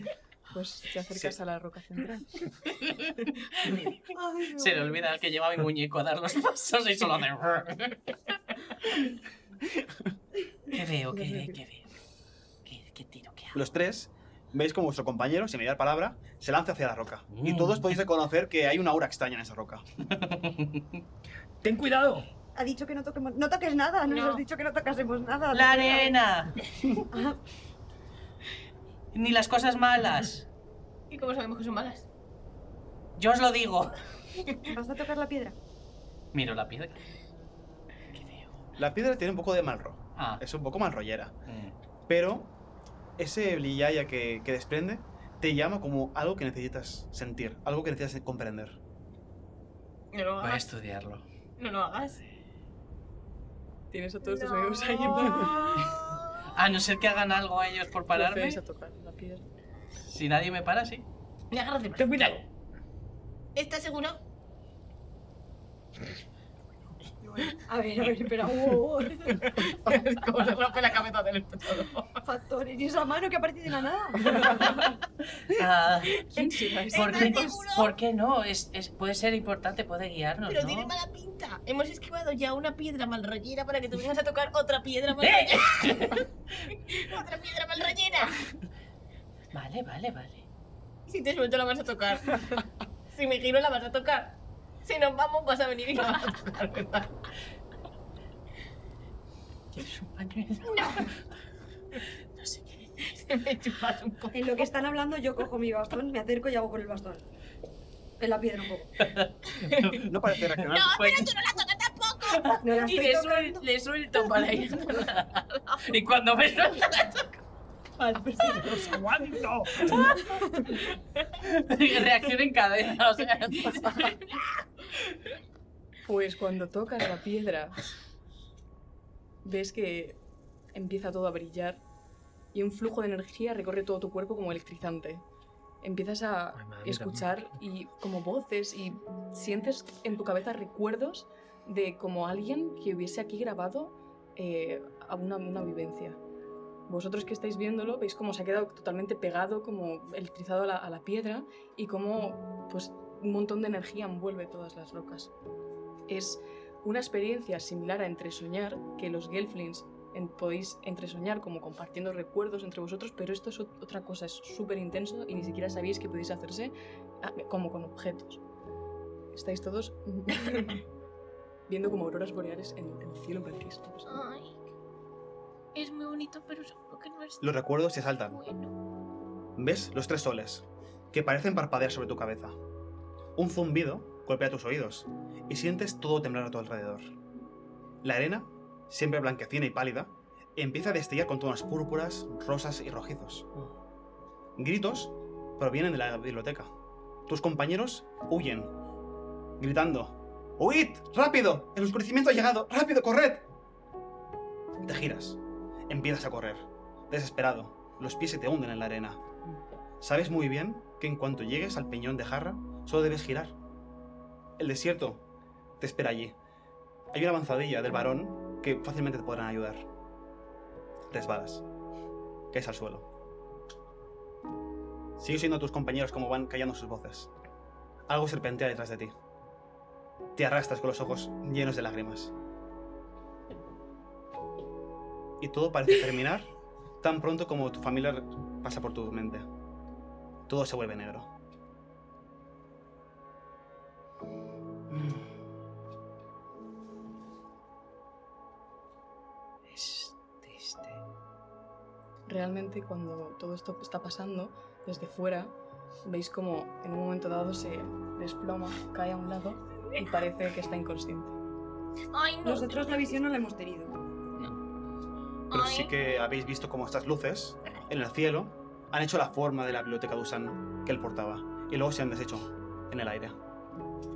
S2: Pues te acercas
S4: Sí.
S2: a la roca central.
S5: como- Ay, no.
S4: Se le olvida que lleva mi muñeco a dar los pasos y solo hace. "Brr". ¿Qué veo? ¿Qué, ve- qué veo? ¿Qué, qué tiro? ¿Qué hago?
S3: Los tres veis como vuestro compañero, sin mediar palabra, se lanza hacia la roca. Y
S4: Mm.
S3: todos podéis reconocer que hay una aura extraña en esa roca.
S7: ¡Ten cuidado!
S5: Ha dicho que no toquemos. No toques nada, nos
S6: No.
S5: has dicho que no tocásemos nada.
S4: ¡La arena! Ah. Ni las cosas malas.
S6: ¿Y cómo sabemos que son malas?
S4: Yo os lo digo.
S5: ¿Vas a tocar la piedra?
S4: Miro la piedra. ¿Qué veo?
S3: La piedra tiene un poco de malro.
S4: Ah.
S3: Es un poco malrollera.
S4: mm.
S3: Pero ese brillaya que, que desprende te llama como algo que necesitas sentir, algo que necesitas comprender.
S6: No lo
S4: Voy a
S6: hagas.
S4: estudiarlo.
S6: No lo hagas.
S2: Tienes a todos tus
S5: No.
S2: amigos ahí en plan-
S4: A no ser que hagan algo a ellos por pararme.
S2: Procedes a tocar la piedra.
S4: Si nadie me para, sí.
S6: Me agarras de
S7: ¡Ten
S6: brazo.
S7: cuidado!
S6: ¿Estás seguro?
S5: A ver, a ver, oh, espera. Wow,
S6: Como se rompe la cabeza del espectador.
S5: factores. ¿Y esa mano que ha aparecido de la nada?
S4: Ah,
S2: ¿Quién será ese?
S4: ¿por, qué,
S6: ¿Estás seguro?
S4: por qué no? Es, es- puede ser importante, puede guiarnos,
S6: Pero
S4: ¿no?
S6: tiene mala pinta. Hemos esquivado ya una piedra malrollera para que tú vengas a tocar otra piedra malrollera. otra piedra malrollera.
S4: Vale, vale, vale.
S6: Si te suelto la vas a tocar. Si me giro la vas a tocar. Si nos vamos vas a venir y la vas a tocar, ¿verdad?
S4: ¿Quieres un pañuelo? No sé qué.
S6: Si me chupas un poco.
S5: En lo que están hablando, yo cojo mi bastón, me acerco y hago con el bastón. En la piedra un poco.
S3: No parece reaccionar.
S4: Pues-
S5: No la
S6: Y
S5: estoy
S6: le, suel-
S5: tocando.
S6: le suelto para ir.
S4: y cuando me suelta la
S7: ¡Los aguanto!
S4: reacción en cadena, o sea,
S2: Pues cuando tocas la piedra, ves que empieza todo a brillar y un flujo de energía recorre todo tu cuerpo como electrizante. Empiezas a
S7: Ay, madre mía.
S2: escuchar y como voces y sientes en tu cabeza recuerdos de como alguien que hubiese aquí grabado eh, a una, una vivencia. Vosotros que estáis viéndolo veis cómo se ha quedado totalmente pegado, como electrizado a la, a la piedra y cómo pues, un montón de energía envuelve todas las rocas. Es una experiencia similar a entresoñar que los Gelflings en- podéis entresoñar como compartiendo recuerdos entre vosotros, pero esto es ot- otra cosa, es súper intenso y ni siquiera sabéis que podéis hacerse ah, como con objetos. Estáis todos viendo como auroras boreales en en el cielo blanquísimo.
S6: Ay, es muy bonito, pero seguro que no es
S3: Los recuerdos te saltan.
S6: bueno.
S3: ¿Ves los tres soles? Que parecen parpadear sobre tu cabeza. Un zumbido golpea tus oídos y sientes todo temblar a tu alrededor. La arena, siempre blanquecina y pálida, empieza a destellar con tonos púrpuras, rosas y rojizos. Gritos provienen de la biblioteca. Tus compañeros huyen, gritando: ¡Huid! ¡Rápido! ¡El oscurecimiento ha llegado! ¡Rápido, corred! Te giras. Empiezas a correr, desesperado. Los pies se te hunden en la arena. Sabes muy bien que en cuanto llegues al peñón de Jarra, solo debes girar. El desierto te espera allí. Hay una avanzadilla del varón que fácilmente te podrán ayudar. Resbalas. Caes al suelo. Sigues oyendo a tus compañeros como van callando sus voces. Algo serpentea detrás de ti. Te arrastras con los ojos llenos de lágrimas. Y todo parece terminar tan pronto como tu familia pasa por tu mente. Todo se vuelve negro.
S4: Es triste.
S2: realmente cuando todo esto está pasando desde fuera, veis como en un momento dado se desploma, cae a un lado y parece que está inconsciente.
S9: Ay, no.
S5: Nosotros la visión no la hemos tenido.
S3: Pero sí
S9: Ay.
S3: que habéis visto cómo estas luces en el cielo han hecho la forma de la biblioteca de Usan que él portaba y luego se han deshecho en el aire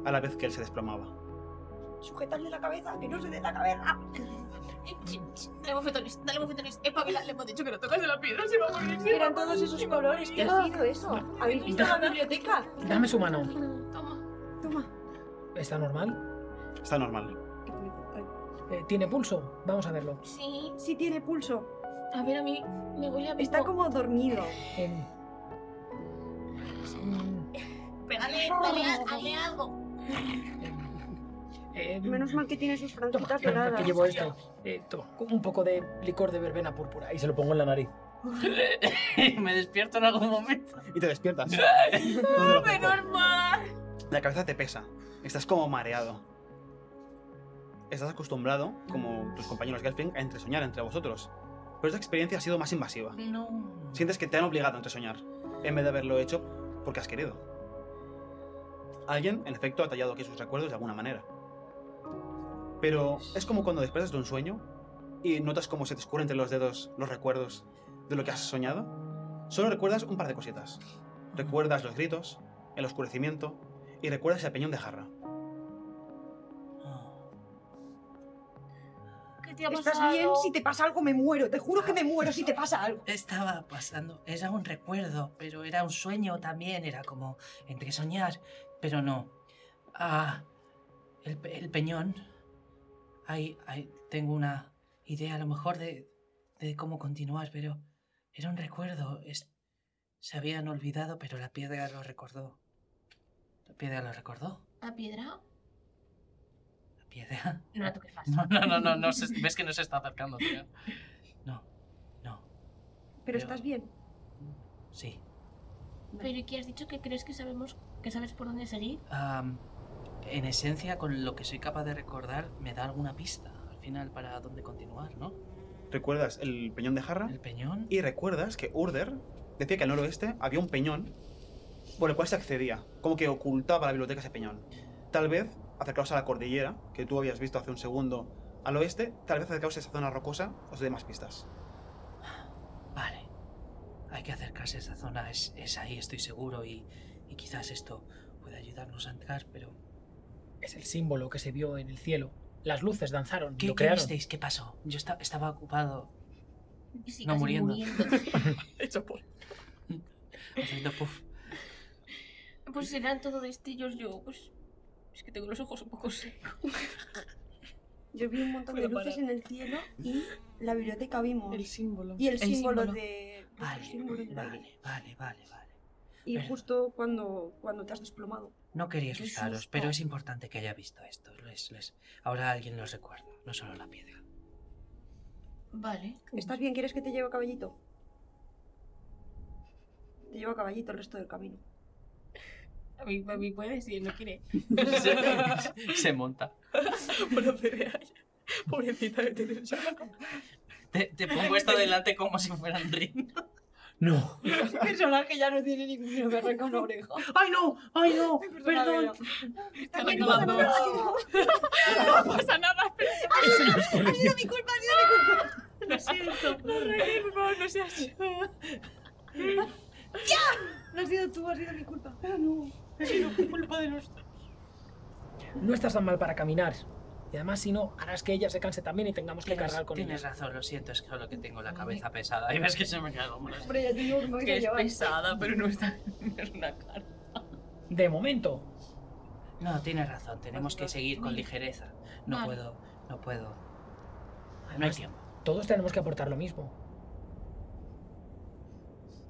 S3: a la vez que él se desplomaba.
S5: Sujetadle la cabeza, que no se dé la cabeza.
S9: Eh, ch- ch- Dale bofetones, dale bofetones. Eh, Pavela, le hemos dicho que no tocas de la piedra, se va a morir. Ah. se va a
S5: Eran todos esos colores. ¿Qué ha sido eso? ¿Habéis visto la biblioteca?
S7: Dame su mano.
S9: morir. Toma.
S5: Toma.
S7: ¿Está normal?
S3: Está normal.
S7: Eh, ¿Tiene pulso? Vamos a verlo.
S9: Sí.
S5: Sí tiene pulso.
S9: A ver, a mí me huele a pico.
S5: Está como dormido.
S7: Eh, mm,
S9: Pégale, dale, a- dale algo.
S7: eh,
S5: Menos mal que tiene sus
S7: Toma,
S5: franquitas
S7: toma,
S5: doradas.
S7: que llevo esto. Eh, toma, un poco de licor de verbena púrpura y se lo pongo en la nariz.
S6: Me despierto en algún momento.
S3: Y te despiertas. No te lo ofrezco.
S9: Menos mal.
S3: La cabeza te pesa. Estás como mareado. Estás acostumbrado, como tus compañeros Gelfling, a entresoñar entre vosotros. Pero esta experiencia ha sido más invasiva.
S6: No.
S3: Sientes que te han obligado a entresoñar, en vez de haberlo hecho porque has querido. Alguien, en efecto, ha tallado aquí sus recuerdos de alguna manera. Pero es como cuando despiertas de un sueño y notas cómo se te escurren entre los dedos los recuerdos de lo que has soñado. Solo recuerdas un par de cositas. Recuerdas los gritos, el oscurecimiento y recuerdas el peñón de jarra.
S9: ¿Qué te ha pasado?
S5: ¿Estás bien? Si te pasa algo me muero. Te juro que me muero si te pasa algo.
S4: Estaba pasando, era un recuerdo, pero era un sueño también, era como entre soñar, pero no. Ah, el, pe- el peñón. Ahí, ahí tengo una idea a lo mejor de, de cómo continuar, pero era un recuerdo. es- se habían olvidado, pero la piedra lo recordó. La piedra lo recordó.
S9: ¿La piedra?
S4: La piedra.
S9: No la toques más.
S6: No, no, no, no, no se- ves que no se está acercando, tío.
S4: No, no,
S5: Pero estás bien.
S4: sí.
S9: Pero ¿y qué has dicho que crees que sabemos que sabes por dónde seguir?
S4: Am, en esencia, con lo que soy capaz de recordar, me da alguna pista al final para dónde continuar, ¿no?
S3: ¿Recuerdas el peñón de jarra?
S4: El peñón.
S3: Y recuerdas que Urder decía que al noroeste había un peñón por el cual se accedía, como que ocultaba la biblioteca ese peñón. Tal vez acercaos a la cordillera, que tú habías visto hace un segundo al oeste, tal vez acercaos a esa zona rocosa os dé más pistas.
S4: Vale. Hay que acercarse a esa zona, es, es ahí, estoy seguro, y, y quizás esto pueda ayudarnos a entrar, pero...
S7: Es el símbolo que se vio en el cielo. Las luces danzaron,
S4: ¿Qué,
S7: lo
S4: ¿qué
S7: crearon.
S4: visteis? ¿Qué pasó? Yo esta- estaba ocupado
S9: Sí,
S4: No,
S9: casi
S4: muriendo.
S2: Hecho por.
S4: haciendo puff.
S9: Pues serán todo destellos yo, pues... Es que tengo los ojos un poco secos.
S5: Yo vi un montón de
S2: Puedo
S5: luces
S2: parar.
S5: en el cielo y la biblioteca vimos.
S2: El símbolo.
S5: Y el,
S9: el
S5: símbolo,
S9: símbolo.
S5: de... los símbolos
S4: Vale,
S5: de la-
S4: vale, vale, vale, vale.
S5: Y
S4: Pero-
S5: justo cuando, cuando te has desplomado.
S4: No quería
S5: Qué
S4: asustaros,
S5: susto.
S4: pero es importante que haya visto esto. Les, les... Ahora alguien los recuerda, no solo la piedra.
S9: Vale.
S5: ¿Estás bien? ¿Quieres que te lleve a caballito? Te llevo a caballito el resto del camino.
S9: A mí, a mí puede decir, no quiere.
S6: Se, se monta.
S2: Bueno, Cerea, Pobrecita de tener ya.
S6: Te, te pongo esto delante como si fuera un ring.
S7: No.
S5: El personaje ya no tiene ninguno, me arranca una oreja.
S4: ¡Ay, no! ¡Ay, no! ¡Perdón!
S9: Está
S5: Ay,
S9: bien,
S5: no
S9: no,
S5: pasa
S9: no.
S5: nada.
S9: No pasa nada, espera.
S5: Ha sido mi culpa, ha sido mi culpa.
S4: Lo siento.
S2: por favor, no seas.
S5: No ha sido tú, ha sido mi culpa.
S7: No estás tan mal para caminar. Y además, si no, harás que ella se canse también y tengamos que
S4: Tienes,
S7: cargar con
S4: tienes
S7: ella.
S4: razón, lo siento, es solo que tengo la cabeza pesada. Y ves que se me cae el hombro.
S5: Hombre, ya te digo que me voy a llevar.
S4: pesada, pero no está en una cara.
S7: De momento.
S4: No, tienes razón, tenemos que seguir con
S9: Vale.
S4: ligereza. No
S9: Vale.
S4: puedo, no puedo. No hay
S7: Además,
S4: tiempo.
S7: todos tenemos que aportar lo mismo.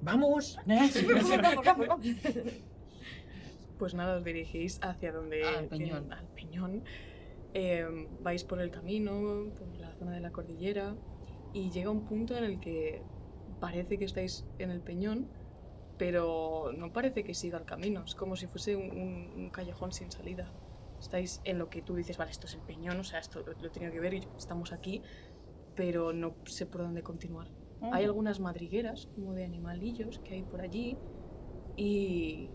S7: ¡Vamos!
S5: Vamos, vamos, vamos.
S2: Pues nada, os dirigís hacia donde.
S4: Ah, Al
S2: tiene-
S4: peñón.
S2: al peñón. Eh, vais por el camino, por la zona de la cordillera, y llega un punto en el que parece que estáis en el peñón, pero no parece que siga el camino. Es como si fuese un, un- un callejón sin salida. Estáis en lo que tú dices, vale, esto es el peñón, o sea, esto lo, lo he tenido que ver y estamos aquí, pero no sé por dónde continuar. Hay algunas madrigueras, como de animalillos, que hay por allí. Y.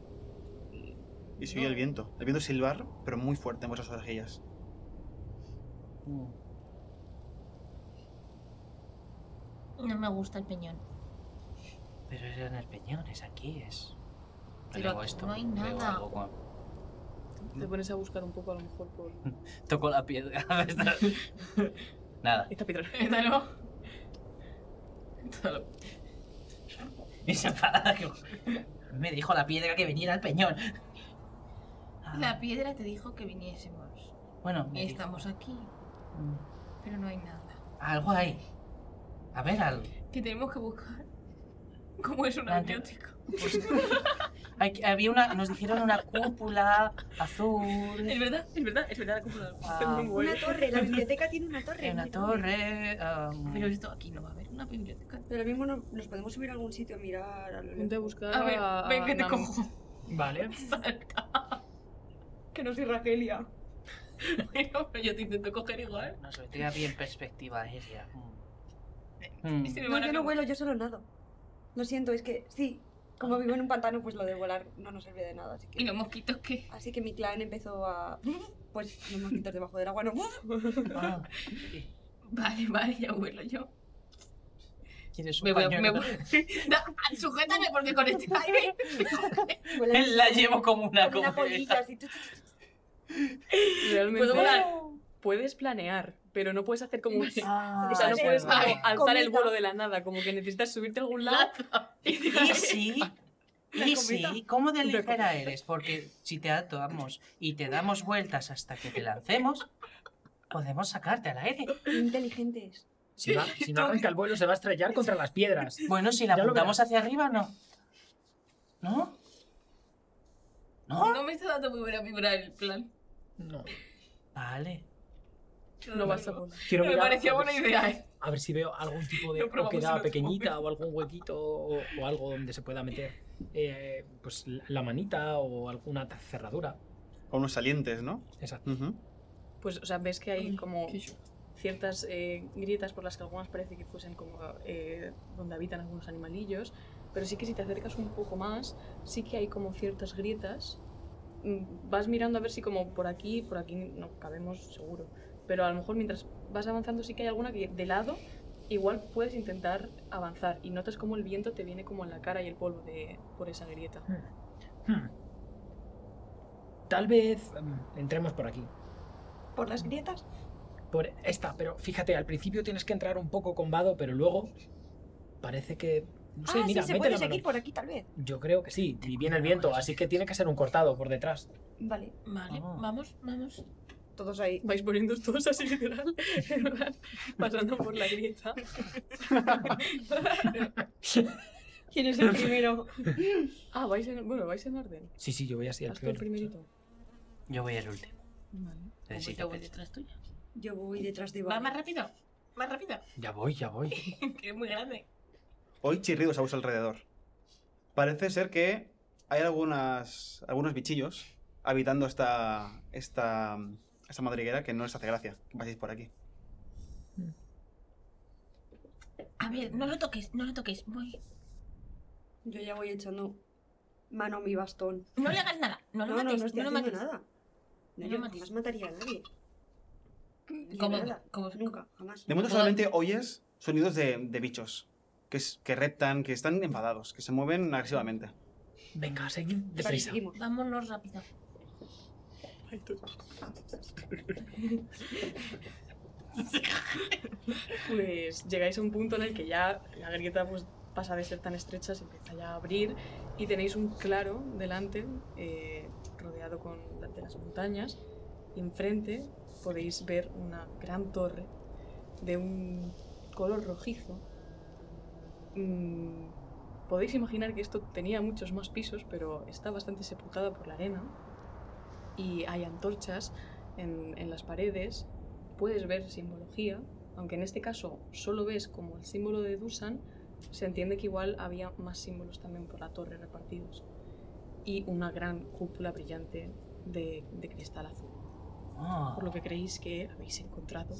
S3: Y se oye el viento. El viento silbar, pero muy fuerte en vuestras orejillas.
S9: No me gusta el peñón.
S4: Pero es en el peñón, es aquí, es.
S9: Pero
S4: Leo esto,
S9: no hay
S4: leo
S9: nada.
S4: algo con-
S2: Te pones a buscar un poco, a lo mejor, por.
S4: Toco la piedra. nada.
S2: Esta piedra.
S9: Hasta luego. Hasta luego.
S4: Y se enfada, como, Me dijo la piedra que viniera al peñón. Ah,
S9: La piedra te dijo que viniésemos.
S4: bueno, me
S9: Y
S4: dijo-
S9: estamos aquí,
S4: Mm,
S9: pero no hay nada.
S4: algo hay. A ver, algo.
S9: Que tenemos que buscar. Como es un
S4: Vale.
S9: antibiótico.
S4: Hay que- había una, nos dijeron una cúpula azul.
S9: Es verdad, es verdad, es verdad la cúpula.
S4: ah,
S5: Una torre, la biblioteca tiene una torre.
S4: hay una
S5: mira.
S4: torre. ah, am,
S9: Pero esto aquí no va a haber una biblioteca.
S5: Pero ahora mismo no- nos podemos subir a algún sitio a mirar. A lo
S2: Ponte a
S5: lejos.
S2: buscar.
S9: A ver,
S2: a-
S9: ven
S2: a
S9: que te
S2: Nam.
S9: cojo.
S7: Vale.
S9: Salta.
S5: Que no soy Raquelia.
S9: Bueno, pero yo te intento coger igual.
S4: Nos vendría bien perspectiva aérea. Mm.
S9: Y si
S4: Mm.
S9: me
S5: No,
S9: van a
S5: yo no
S9: coger-
S5: vuelo, yo solo nado. Lo siento, es que sí, como vivo en un pantano, pues lo de volar no nos sirve de nada. Así que,
S9: Ah. ¿Y los mosquitos qué?
S5: así que mi clan empezó a. Pues los mosquitos debajo del agua, no.
S4: Ah,
S9: Vale, vale, ya vuelo yo.
S4: ¿Quieres un
S9: Me voy a. Me
S4: pañuelo?
S9: voy... No, sujétame porque con este aire.
S5: Vuelas
S4: La llevo como una
S5: con una
S4: cometa.
S5: polilla, así. chu, chu, chu, chu.
S2: Realmente.
S9: ¿Puedo volar?
S2: Puedes planear, pero no puedes hacer como. un-
S4: Ah,
S2: O sea, no
S5: Vale,
S2: puedes como
S5: vale.
S2: alzar el
S5: Cometa.
S2: vuelo de la nada, como que necesitas subirte a algún lado.
S4: Y sí, y
S2: La cometa.
S4: sí, ¿cómo de
S2: La
S4: ligera
S2: cometa.
S4: eres? Porque si te atamos y te damos vueltas hasta que te lancemos, podemos sacarte al aire.
S5: Qué Inteligentes.
S7: Si, va- si no arranca el vuelo, se va a estrellar contra las piedras.
S4: Bueno, si la
S7: Ya lo
S4: apuntamos hacia arriba, no. ¿No? ¿No?
S9: No me está dando muy buena vibra el plan.
S7: No.
S4: Vale.
S2: No vas a poder.
S7: Quiero
S9: Me
S7: mirar
S9: parecía
S7: a ver
S9: buena
S7: si-
S9: idea, ¿eh?
S7: A ver si veo algún tipo de
S9: Lo probamos en
S7: roquedad
S9: otro
S7: pequeñita o algún huequito o, o algo donde se pueda meter eh, pues la la manita o alguna ta- cerradura.
S3: Con unos salientes, ¿no?
S7: Exacto.
S3: Ujú.
S2: Pues, o sea, ves que hay como
S9: qué chulo.
S2: ciertas eh, grietas por las que algunas parece que fuesen como eh, donde habitan algunos animalillos, pero sí que si te acercas un poco más, sí que hay como ciertas grietas. Mm, Vas mirando a ver si como por aquí, por aquí no cabemos seguro, pero a lo mejor mientras vas avanzando sí que hay alguna que de lado igual puedes intentar avanzar y notas como el viento te viene como en la cara y el polvo de, por esa grieta.
S7: Hmm. Tal vez mm, entremos por aquí.
S5: Por las grietas.
S7: Por esta, pero fíjate, al principio tienes que entrar un poco con vado, pero luego parece que. No sé,
S5: ah,
S7: mira,
S5: sí, se
S7: mete
S5: puede
S7: la mano.
S5: seguir por aquí, tal vez.
S7: Yo creo que sí, y viene el viento, así que tiene que ser un cortado por detrás.
S5: Vale,
S9: Vale,
S4: Ah.
S9: vamos, vamos.
S5: todos ahí.
S2: Vais poniendo todos así literal, en plan, pasando por la grieta.
S5: ¿Quién es el primero?
S2: Ah, vais en, bueno, vais en orden.
S7: Sí, sí, yo voy así al
S2: Haz tú el
S7: primero.
S2: primerito. Pues
S4: Yo voy el último.
S9: Como
S4: Sí,
S9: yo voy
S4: sí.
S9: detrás tuya.
S5: Yo voy detrás de
S9: Va
S5: Val.
S9: más rápido, más rápido.
S7: Ya voy, ya voy.
S9: que es muy grande.
S3: Hoy chirridos a vuestro alrededor. Parece ser que hay algunas, algunos bichillos habitando esta, esta, esta madriguera que no les hace gracia que paséis por aquí.
S9: A ver, no lo toques, no lo toques. Voy.
S5: Yo ya voy echando mano a mi bastón.
S9: No le hagas nada, no
S5: No,
S9: lo
S5: no,
S9: mates,
S5: no
S9: no,
S5: estoy
S9: lo
S5: haciendo
S9: mates.
S5: nada. No,
S9: No
S5: yo
S9: lo mates.
S5: jamás mataría a nadie. Ni
S9: Como,
S5: nada.
S9: como,
S5: Nunca, jamás.
S3: De momento
S9: Joder.
S3: solamente oyes sonidos de, de bichos que, es- que reptan, que están enfadados, que se mueven agresivamente.
S7: Venga, seguid
S5: Vale,
S7: deprisa.
S5: seguimos.
S9: Vámonos rápido.
S2: Pues llegáis a un punto en el que ya la grieta pues, pasa de ser tan estrecha, se empieza ya a abrir y tenéis un claro delante, eh, rodeado con, de las montañas, y enfrente podéis ver una gran torre de un color rojizo. Mm, podéis imaginar que esto tenía muchos más pisos, pero está bastante sepultada por la arena y hay antorchas en, en las paredes. Puedes ver simbología, aunque en este caso solo ves como el símbolo de Dusan, se entiende que igual había más símbolos también por la torre repartidos. Y una gran cúpula brillante de, de cristal azul.
S4: Ah,
S2: Por lo que creéis que habéis encontrado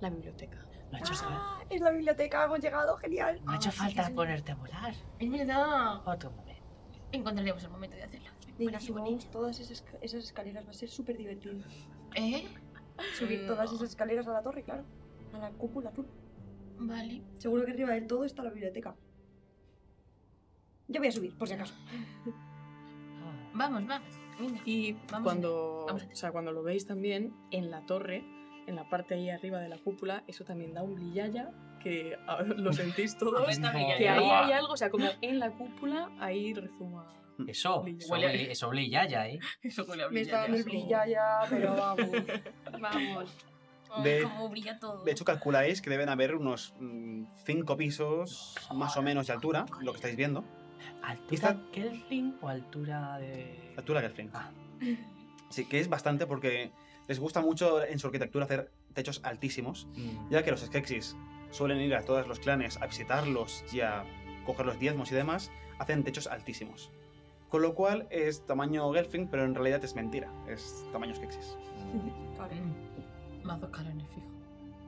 S2: la biblioteca.
S4: no ha hecho, fal-
S5: Ah, es la biblioteca, hemos llegado, genial.
S4: no ha hecho
S9: Ah, sí,
S4: falta
S9: sí.
S4: ponerte a volar.
S9: Es verdad.
S4: Otro momento.
S6: encontraremos el momento de hacerlo.
S5: Nina,
S6: Bueno, sí,
S5: subamos todas esas, esca- esas escaleras, va a ser súper divertido.
S6: bueno. ¿Eh?
S5: Subir
S6: Mm,
S5: todas esas escaleras a la torre, claro. A la cúpula azul.
S6: Vale.
S5: Seguro que arriba del todo está la biblioteca. Yo voy a subir, por si acaso.
S6: Vamos, vamos. Venga.
S2: Y
S6: Vamos
S2: cuando,
S6: allá, vamos allá.
S2: o sea, cuando lo veis también en la torre, en la parte ahí arriba de la cúpula, eso también da un brillalla que a- lo sentís todos.
S6: Pues
S4: Apesta brillante.
S2: que ahí hay algo, o sea, como en la cúpula, ahí rezuma.
S3: Mm.
S4: Eso, eso
S2: Huele a-
S4: huele, eso huele yaya, ¿eh?
S2: Eso huele a
S5: Me está dando el
S2: brillalla.
S5: brilla ya, pero vamos.
S6: Vamos. Oh,
S3: De-
S6: cómo brilla todo.
S3: De hecho, calculáis que deben haber unos 5 pisos más o menos de altura, lo que estáis viendo.
S9: ¿Altura
S3: Quizá-
S9: Kelfling o altura de...?
S3: Altura Gelfling.
S9: Ah.
S3: Sí, que es bastante porque les gusta mucho en su arquitectura hacer techos altísimos,
S9: Mm.
S3: ya que los Skeksis suelen ir a todos los clanes a visitarlos y a coger los diezmos y demás, hacen techos altísimos. Con lo cual es tamaño Gelfling, pero en realidad es mentira, es tamaño Skeksis.
S6: Más dos calones, eh,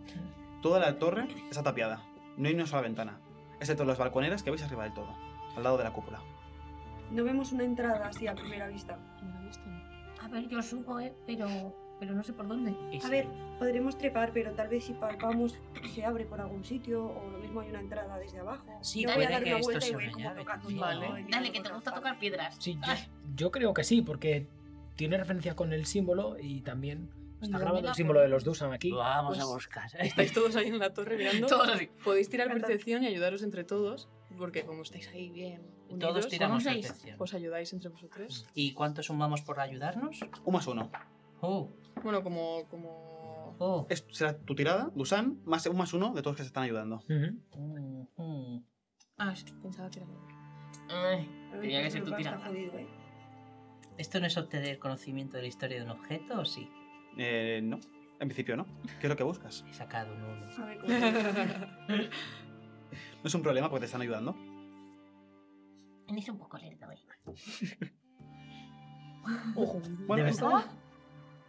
S6: fijo.
S3: Toda la torre está tapiada. No hay una sola ventana. Excepto las balconeras que veis arriba del todo. Al lado de la cúpula.
S5: No vemos una entrada así a primera vista.
S6: A ver, yo subo, ¿eh? Pero, pero no sé por dónde.
S9: Y
S5: A
S9: sí,
S5: ver, podremos trepar, pero tal vez si palpamos se abre por algún sitio o lo mismo hay una entrada desde abajo.
S9: Sí,
S5: Yo voy a
S9: puede
S5: dar
S9: que
S5: una
S9: esto
S5: vuelta y
S9: se
S5: voy a ir como
S9: rellave.
S5: tocando. ¿eh?
S9: Vale.
S5: todo, evitando
S6: Dale, que te
S5: tocar
S6: gusta
S5: palas.
S6: tocar piedras.
S7: Sí, yo,
S6: Ay,
S7: yo creo que sí, porque tiene referencia con el símbolo y también
S6: ¿Dónde
S7: está grabado
S6: la
S7: el símbolo de
S6: pones?
S7: los Dusan aquí.
S9: Vamos
S2: Pues-
S9: a buscar.
S2: Estáis todos ahí en la torre mirando.
S6: Todos así.
S2: Podéis tirar
S5: Cantad.
S2: percepción y ayudaros entre todos, porque como estáis ahí bien unidos,
S9: Todos tiramos
S6: seis.
S9: percepción.
S2: os ayudáis entre vosotros.
S9: ¿Y cuánto sumamos por ayudarnos?
S3: Un más uno.
S9: Oh,
S2: Bueno, como, como
S9: oh.
S3: Es- será tu tirada, Dusan, más un más uno de todos que se están ayudando.
S7: Ujú.
S9: Mm, mm.
S6: Ah, sí.
S2: pensaba que era mayor.
S9: Ay,
S5: Pero
S9: tenía que ser tu
S5: va a estar
S9: tirada.
S5: jodido, ¿eh?
S9: ¿Esto no es obtener conocimiento de la historia de un objeto o sí?
S3: Eh, no. En principio no. ¿Qué es lo que buscas?
S9: He sacado un uno.
S5: A ver cómo se-
S3: No es un problema porque te están ayudando.
S6: Venís un poco lento, ¿eh?
S3: Bueno,
S9: ¿De
S3: esto-
S9: verdad?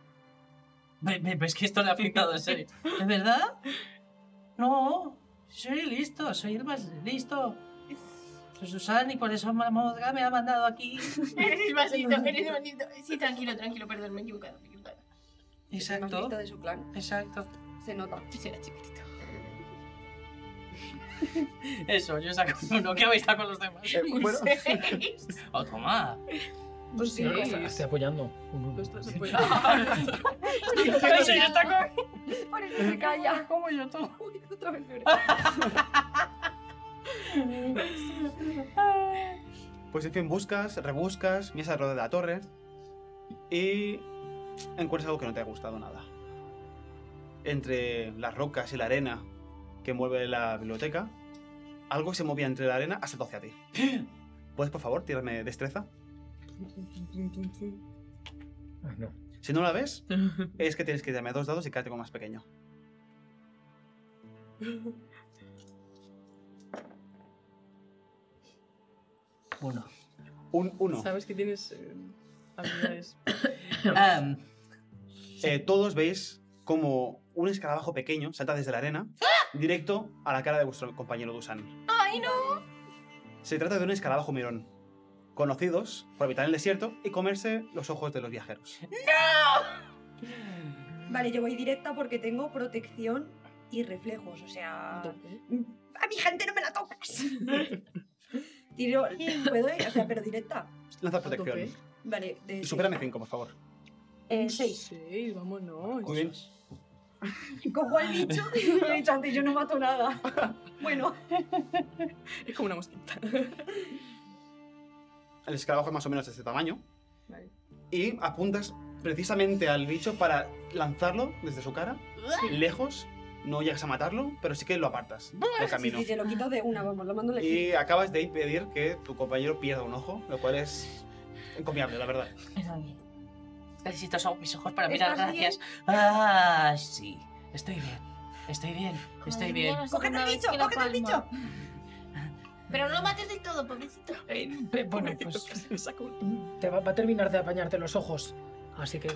S9: Ve- ve- ¿Ves que esto le ha afectado en serio? ¿De verdad? No, soy listo, soy el más listo. Susan y por eso Mamodga me ha mandado aquí.
S6: Eres más lindo, eres más lindo. Sí, tranquilo, tranquilo, perdón, me he equivocado, me he equivocado.
S5: Es el más
S9: Exacto,
S5: listo de su clan.
S9: exacto.
S5: Se nota.
S6: Ese era chiquitito.
S9: Eso, yo saco un uno. ¿Qué habéis estado con los demás? Oh,
S3: eh, bueno,
S5: Pues
S9: Otro más.
S2: Pues
S7: No, no, está- estoy apoyando. Un uno.
S2: Los dos se pueden-
S5: Por eso se calla.
S9: ¿Cómo yo todo?
S5: Uy, otra vez verde.
S3: Pues en fin, buscas, rebuscas, miras alrededor de la torre y encuentras algo que no te ha gustado nada. Entre las rocas y la arena que envuelve la biblioteca, algo se movía entre la arena hasta hacia ti. ¿Puedes, por favor, tirarme destreza?
S7: Ah, no.
S3: Si no la ves, es que tienes que tirarme dos dados y quedarte con más pequeño.
S9: Uno.
S3: Un 1.
S2: Sabes que tienes eh, habilidades.
S9: Am,
S3: eh, todos veis como un escarabajo pequeño salta desde la arena directo a la cara de vuestro compañero Dusan.
S6: ¡Ay, no!
S3: Se trata de un escarabajo mirón, conocidos por habitar en el desierto y comerse los ojos de los viajeros.
S5: Vale, yo voy directa porque tengo protección y reflejos, o sea... ¡A mi gente no me la tocas! Tiro... ¿Puedo ir? O sea, pero directa.
S3: Lanza protección.
S2: tope.
S5: Vale, de...
S3: Y supérame 5, por favor.
S5: Eh, seis.
S2: Sí, vámonos.
S3: Muy bien.
S5: Cojo al bicho y le he dicho antes, yo no mato nada. Bueno,
S2: Es como una mosquita.
S3: El escarabajo es más o menos de este tamaño. Y apuntas precisamente al bicho para lanzarlo desde su cara, lejos. No llegas a matarlo, pero sí que lo apartas del
S5: si
S3: camino.
S5: se lo quito de una, vamos, lo mando lejos.
S3: Y acabas de impedir que tu compañero pierda un ojo, lo cual es encomiable, la verdad.
S9: Está bien. Necesito so- mis ojos para mirar,
S5: ¿Estás
S9: gracias. Ah, sí. Estoy bien. Estoy bien. Estoy
S6: Madre
S9: bien.
S6: mía, la
S5: ¡Cógete
S6: segunda
S5: al
S6: vez
S5: bicho!
S6: que la
S5: ¡Cógete al bicho!
S6: palmo. Pero no lo mates del todo, pobrecito.
S7: Eh, pe- bueno, pues
S2: Saco un-
S7: te va, va a terminar de apañarte los ojos. Así que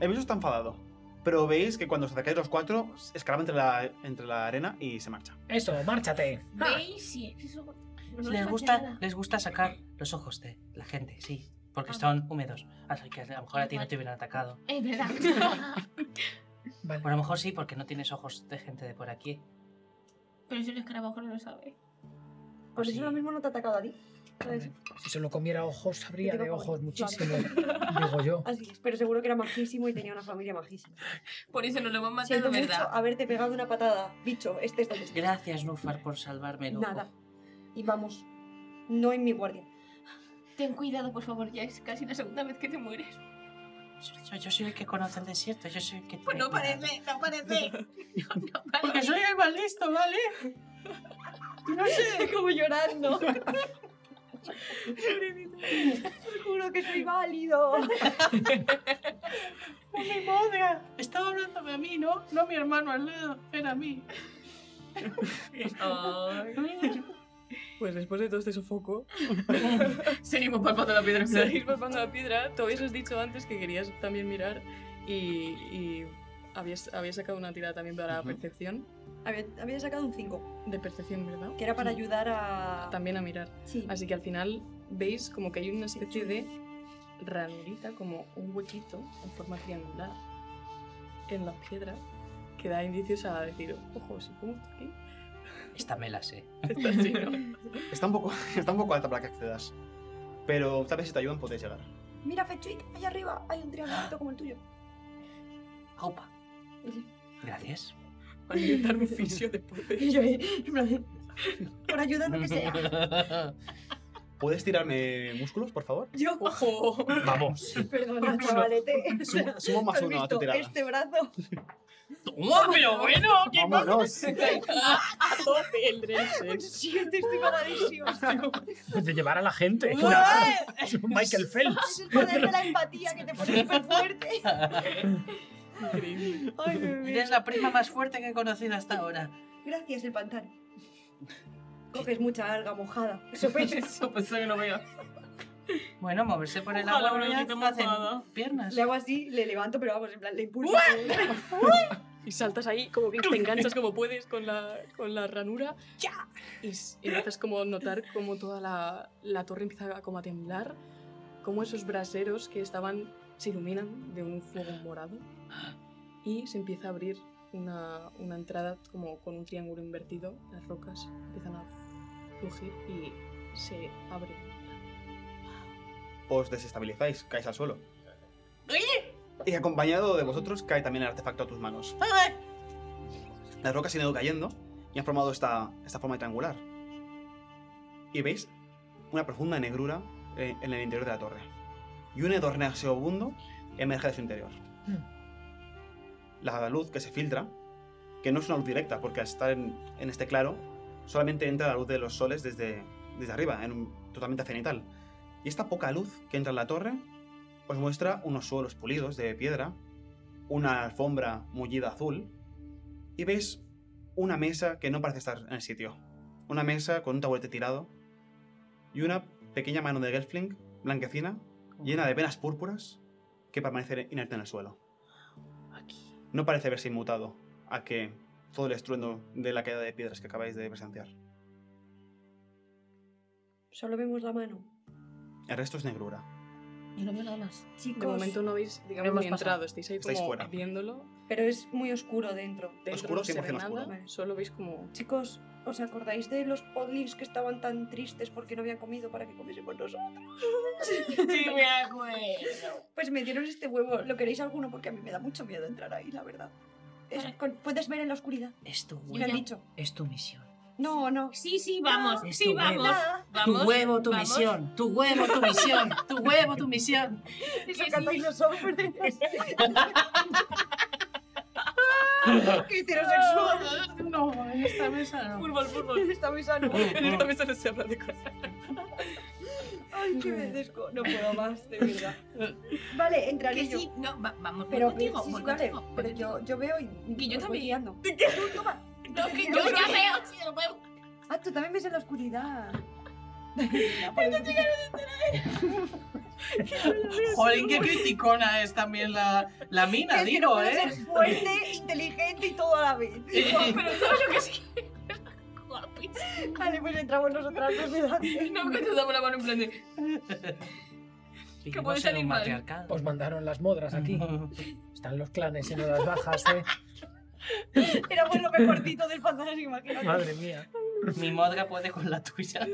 S3: El bicho está enfadado, pero veis que cuando os acercáis los cuatro, escalaba entre la, entre la arena y se marcha.
S7: eso, márchate.
S6: ¿Veis? Sí, eso-
S9: No
S4: les
S9: nos
S4: gusta,
S9: matará.
S4: les gusta sacar los ojos de la gente, sí, porque
S9: Ah.
S4: están húmedos. Así que a lo mejor a ti no te hubieran atacado.
S9: Es verdad.
S7: Vale.
S4: O a lo mejor sí, porque no tienes ojos de gente de por aquí.
S9: Pero eso el escarabajo no lo sabe.
S5: Por eso
S4: Sí.
S5: lo mismo no te ha atacado a ti. ¿sabes?
S7: Si solo comiera ojos, sabría
S5: Que te
S7: de
S5: va a comer.
S7: ojos muchísimo. Digo yo.
S5: Así es, pero seguro que era majísimo y tenía una familia majísima.
S9: Por eso no lo hemos matado,
S5: Siento mucho
S9: ¿verdad?
S5: haberte pegado una patada. Bicho, este es donde está.
S4: Gracias, Nufar, por salvarme el ojo.
S5: Nada. Y vamos, no en mi guardia.
S9: Ten cuidado, por favor, ya es casi la segunda vez que te mueres.
S4: Yo, yo soy el que conoce el desierto, yo soy el que...
S9: Pues
S4: tiene
S9: no
S4: cuidado.
S9: parece, no parece. No, no
S4: Porque
S9: parece.
S4: soy el más listo, ¿vale?
S5: No sé, como llorando. Juro que soy válido.
S4: ¡No me moda! Estaba hablándome a mí, ¿no? No a mi hermano al lado, era a mí.
S2: Pues después de todo este sofoco,
S6: Seguimos palpando la piedra.
S2: seguís palpando la piedra. Todavía os dicho antes que querías también mirar y, y habías, habías sacado una tirada también para
S10: Ujú.
S2: percepción.
S5: Había, había sacado un 5,
S2: De percepción, ¿verdad?
S5: que era para
S2: Sí.
S5: ayudar a...
S2: También a mirar.
S5: Sí.
S2: Así que al final veis como que hay una especie de ranurita, como un huequito en forma triangular en la piedra que da indicios a decir, ojo, si pongo esto aquí,
S4: Esta me la sé.
S2: está así, ¿no?
S3: Está un poco, está un poco alta para que accedas. Pero tal vez si te ayudan podéis llegar.
S5: Mira, Fechuit, allá arriba hay un triangulito como el tuyo.
S4: Aupa. Gracias.
S2: Para intentar un fisio después de...
S5: Y yo ahí, en plan, por ayudar lo que sea.
S3: ¿Puedes tirarme músculos, por favor?
S5: Yo,
S2: ¡Ojo!
S11: Vamos.
S5: perdona, chavalete.
S3: Sumo, sumo más
S5: ¿Has
S3: uno a tu
S5: visto
S3: tirada.
S5: este brazo?
S4: ¡Toma, Oh, pero bueno! ¿qué más?
S3: ¡Vámonos!
S2: El Dresser.
S5: Siete, estoy paradísima.
S7: Pues de llevar a la gente. Es un Michael Phelps.
S5: Es el poder de la empatía que te pone súper fuerte.
S2: Increíble.
S5: Ay, bebé.
S4: Eres la prima más fuerte que he conocido hasta ahora.
S5: Gracias, el pantano. Coges mucha alga mojada. Eso pesa.
S2: Eso pensé que lo vea.
S4: Bueno, moverse por el
S2: Ojalá
S4: agua
S2: me lo
S4: no
S2: quite
S4: le hacen
S2: mojada.
S4: piernas.
S5: Le hago así, le levanto, pero vamos, en plan, le impulso.
S2: Y saltas ahí, como que te enganchas como puedes con la, con la ranura. ¡Ya! Y s- y empiezas como a notar como toda la, la torre empieza a como a temblar, como esos braseros que estaban se iluminan de un fuego morado y se empieza a abrir una, una entrada como con un triángulo invertido. Las rocas empiezan a rugir y se abre.
S3: Os desestabilizáis, caéis al suelo. Y acompañado de vosotros cae también el artefacto a tus manos. Las rocas se han ido cayendo y han formado esta, esta forma triangular. Y veis una profunda negrura eh, en el interior de la torre. Y un hedor nauseabundo emerge de su interior. La luz que se filtra, que no es una luz directa, porque al estar en, en este claro, solamente entra la luz de los soles desde, desde arriba, en un, totalmente cenital. Y esta poca luz que entra en la torre os muestra unos suelos pulidos de piedra, una alfombra mullida azul, y veis una mesa que no parece estar en el sitio. Una mesa con un taburete tirado y una pequeña mano de Gelfling, blanquecina, llena de venas púrpuras, que permanece inerte en el suelo.
S4: Aquí.
S3: No parece haberse inmutado a que todo el estruendo de la caída de piedras que acabáis de presenciar.
S5: Solo vemos la mano.
S3: El resto es negrura.
S9: Yo no veo nada más.
S5: Chicos,
S2: De momento no habéis, digamos,
S4: Hemos
S2: ni
S4: pasado.
S2: entrado, estáis ahí
S3: Estáis
S2: como
S3: fuera.
S2: viéndolo.
S5: pero es muy oscuro dentro.
S2: Dentro
S3: Oscuro,
S2: no se ve
S3: 100%
S2: nada,
S3: oscuro.
S5: Vale.
S2: solo veis como
S5: Chicos, ¿os acordáis de los podlings que estaban tan tristes porque no habían comido para que comiésemos nosotros?
S9: Sí, me acuerdo.
S5: Pues me dieron este huevo. ¿Lo queréis alguno? Porque a mí me da mucho miedo entrar ahí, la verdad. Es
S9: Vale.
S5: con- puedes ver en la oscuridad.
S4: Es tu
S5: Me han
S4: huevo.
S5: dicho.
S4: Es tu misión.
S5: No, no.
S9: Sí, sí, vamos,
S4: Es
S9: sí,
S4: tu huevo.
S9: vamos.
S5: Nada.
S9: vamos.
S4: tu huevo, tu
S9: vamos.
S4: misión. Tu huevo, tu misión. Tu huevo, tu misión.
S9: Que
S5: Eso
S9: sí.
S5: cantáis los hombres. ¡Qué heterosexual!
S4: No, en esta mesa no.
S2: Fútbol, fútbol.
S5: Está muy sano.
S2: En esta mesa no se habla de cosas.
S5: Ay, qué me desco- No puedo más, de verdad. Vale, entraré
S9: Que
S5: yo.
S9: sí, no, va- vamos,
S5: Pero,
S9: voy contigo,
S5: sí, sí,
S9: voy
S5: vale,
S9: contigo, voy
S5: pero
S9: contigo.
S5: yo, yo veo y.
S9: Que yo
S5: os voy
S9: también.
S5: guiando. Tú, toma.
S9: No, que yo ya veo, sí, lo veo.
S5: Ah, tú también ves en la oscuridad. pues.
S4: Jolín, qué criticona es también la, la mina,
S5: Es que
S4: digo,
S5: puedo
S4: ¿eh?
S5: ser fuerte, inteligente y todo a la vez.
S9: Pero yo creo que sí. Guapi.
S5: Vale, pues entramos nosotras dos delante.
S6: No, que te damos la mano en plan de.
S4: Vivimos
S6: puede
S4: en
S6: salir
S4: un
S6: mal.
S4: matriarcado.
S7: Os mandaron las modras aquí. Están los clanes en horas bajas, ¿eh?
S5: Era bueno lo mejorcito del fantasma, imagínate.
S7: Madre mía.
S4: Mi modra puede con la tuya.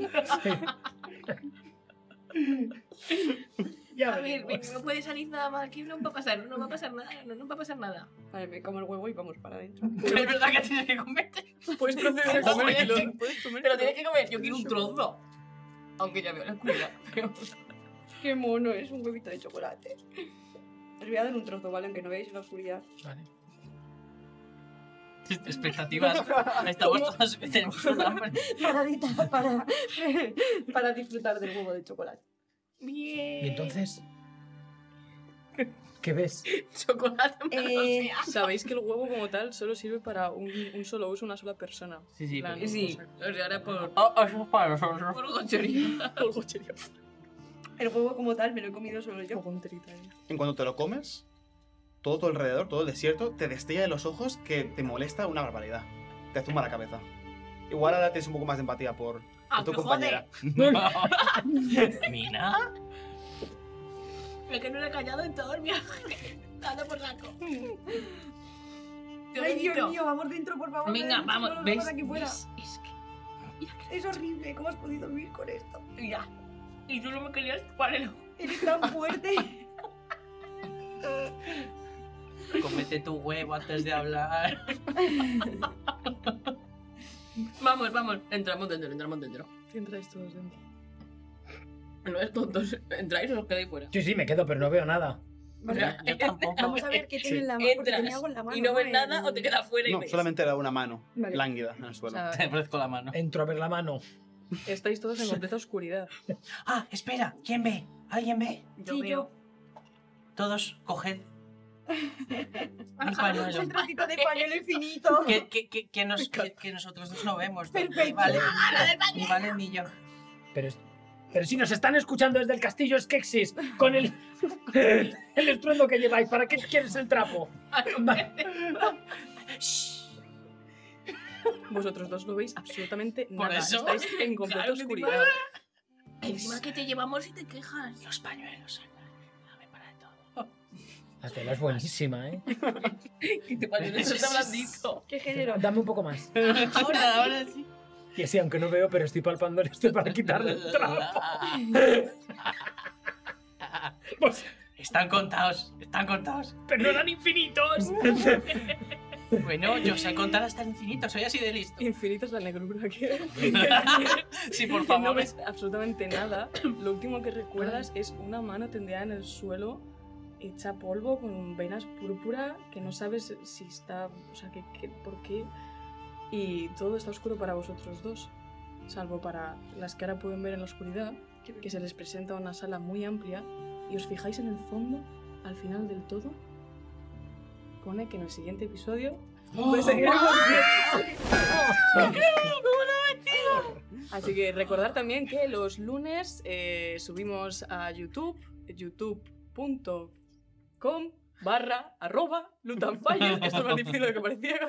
S7: Ya
S6: A ver,
S7: veremos.
S6: no puede salir nada mal. Aquí no va a pasar, no va a pasar nada, no, no va a pasar nada.
S5: Vale, me como el huevo y vamos para adentro. Pues
S6: Pero es verdad que tienes que comerte.
S2: Puedes proceder a
S6: Hombre,
S2: comértelo.
S6: que-
S2: Puedes comer.
S6: Te lo tienes que comer. Yo quiero un trozo. Aunque ya veo la cura. Pero...
S5: Qué mono, es un huevito de chocolate. Os voy a dar un trozo, ¿vale? Aunque no veáis en la oscuridad.
S7: Vale.
S4: Expectativas. Estamos todos. Tenemos un hambre.
S5: Paradita para, para disfrutar del huevo de chocolate.
S6: Bien.
S7: ¿Y entonces? ¿Qué ves?
S6: Chocolate.
S5: Eh,
S2: Sabéis que el huevo como tal solo sirve para un, un solo uso, una sola persona.
S4: Sí, sí. pues,
S2: Plan,
S6: Sí,
S2: o
S6: o sea, ahora por.
S4: Ah, eso es para nosotros.
S6: Por gochoría.
S2: sea, algo serio.
S5: el huevo como tal me lo he comido solo yo.
S2: Algo enterita, eh.
S3: En cuanto te lo comes, todo tu alrededor, todo el desierto, te destella de los ojos que te molesta una barbaridad. Te zumba la cabeza. Igual ahora tienes un poco más de empatía por, por
S6: Ah,
S3: tu
S6: que
S3: compañera.
S4: Mina.
S6: Me que no le he callado en todo el viaje. Dando por saco.
S5: Ay, Dios mío, vamos dentro, por favor.
S6: Venga,
S5: Adentro, no
S6: vamos.
S5: nos
S6: ¿Ves?
S5: vamos aquí fuera.
S6: ¿Ves? Es que. Mira,
S5: Es horrible, ¿cómo has podido vivir con esto?
S6: que- mira. Y tú no me querías chupar el ojo.
S5: Eres tan fuerte.
S4: Comete tu huevo antes de hablar.
S6: Vamos, vamos. Entramos dentro, entramos dentro.
S2: Entráis todos dentro.
S6: No es tontos. Entráis o os quedáis fuera.
S7: Sí, sí, me quedo, pero no veo nada.
S5: Vale,
S4: Yo tampoco.
S5: vamos a ver qué tiene en la mano. porque
S6: Entras
S5: tenía algo en la mano,
S6: y no ves
S5: El-
S6: nada o te quedas fuera y
S3: No,
S6: ves.
S3: solamente era una mano
S5: Vale.
S3: lánguida en el
S2: O
S3: suelo.
S2: sea,
S4: Te ofrezco la mano.
S7: Entro a ver la mano.
S2: estáis todos en completa oscuridad.
S4: Ah, espera. ¿Quién ve? ¿Alguien ve?
S6: Yo
S5: Sí,
S6: veo.
S4: Todos coged. Un
S5: Es
S4: pañuelo.
S5: el trocito de pañuelo infinito.
S4: Que, que, que, que nos, que, que nosotros dos no vemos. ¿no?
S5: Perfecto.
S4: Ni Vale,
S6: ¡Lo del
S4: ni
S6: baño!
S4: vale ni yo.
S7: Pero, es- pero si nos están escuchando desde el castillo Skeksis, con el, el estruendo que lleváis, ¿para qué quieres el trapo? Va-
S2: Vosotros dos no veis absolutamente
S4: Por
S2: nada.
S4: eso.
S2: Estáis en completa
S4: Claro que te
S2: oscuridad.
S6: Encima que te llevamos y te quejas.
S4: Los pañuelos. Ana, dame para todo.
S7: La tela es buenísima, ¿eh?
S6: Y te pones eso está blandito.
S5: Qué género.
S7: Dame un poco más.
S4: Ahora, ahora sí.
S7: Y así, aunque no veo, pero estoy palpando esto para quitarle el trapo. Pues,
S4: Están contados, están contados.
S7: pero no eran infinitos.
S4: Bueno, yo sé contar hasta el infinito, soy así de listo.
S2: Infinita es la negrura que
S4: Sí, por
S2: que no
S4: favor.
S2: ves absolutamente nada. Lo último que recuerdas es una mano tendida en el suelo, hecha polvo, con venas púrpura, que no sabes si está, o sea, que, que- por qué. Y todo está oscuro para vosotros dos, salvo para las que ahora pueden ver en la oscuridad, que se les presenta una sala muy amplia. Y os fijáis en el fondo, al final del todo, pone que en el siguiente episodio
S4: ¡Oh,
S2: pues seguiremos Así que recordar también que los lunes eh, subimos a YouTube, youtube.com barra arroba lutanfire, esto es más difícil de lo que parecía.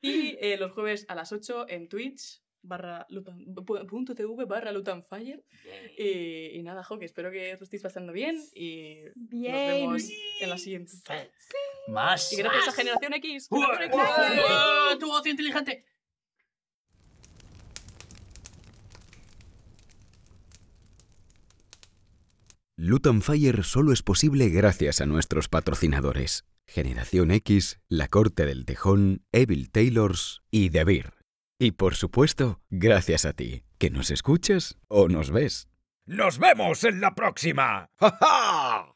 S2: Y eh, los jueves a las 8 en Twitch barra lutan- pu- punto tv barra lutanfire. Y, y nada, jo, que espero que os lo estéis pasando bien y nos
S5: Bien.
S2: vemos en la siguiente.
S4: Más.
S2: Y gracias a Generación X.
S4: ¡Uah! ¡Tu ocio inteligente!
S1: Luton Fire solo es posible gracias a nuestros patrocinadores. Generación X, La Corte del Tejón, Evil Taylors y The Beer. Y por supuesto, gracias a ti, que nos escuchas o nos ves.
S12: Nos vemos en la próxima. ¡Ja, ja!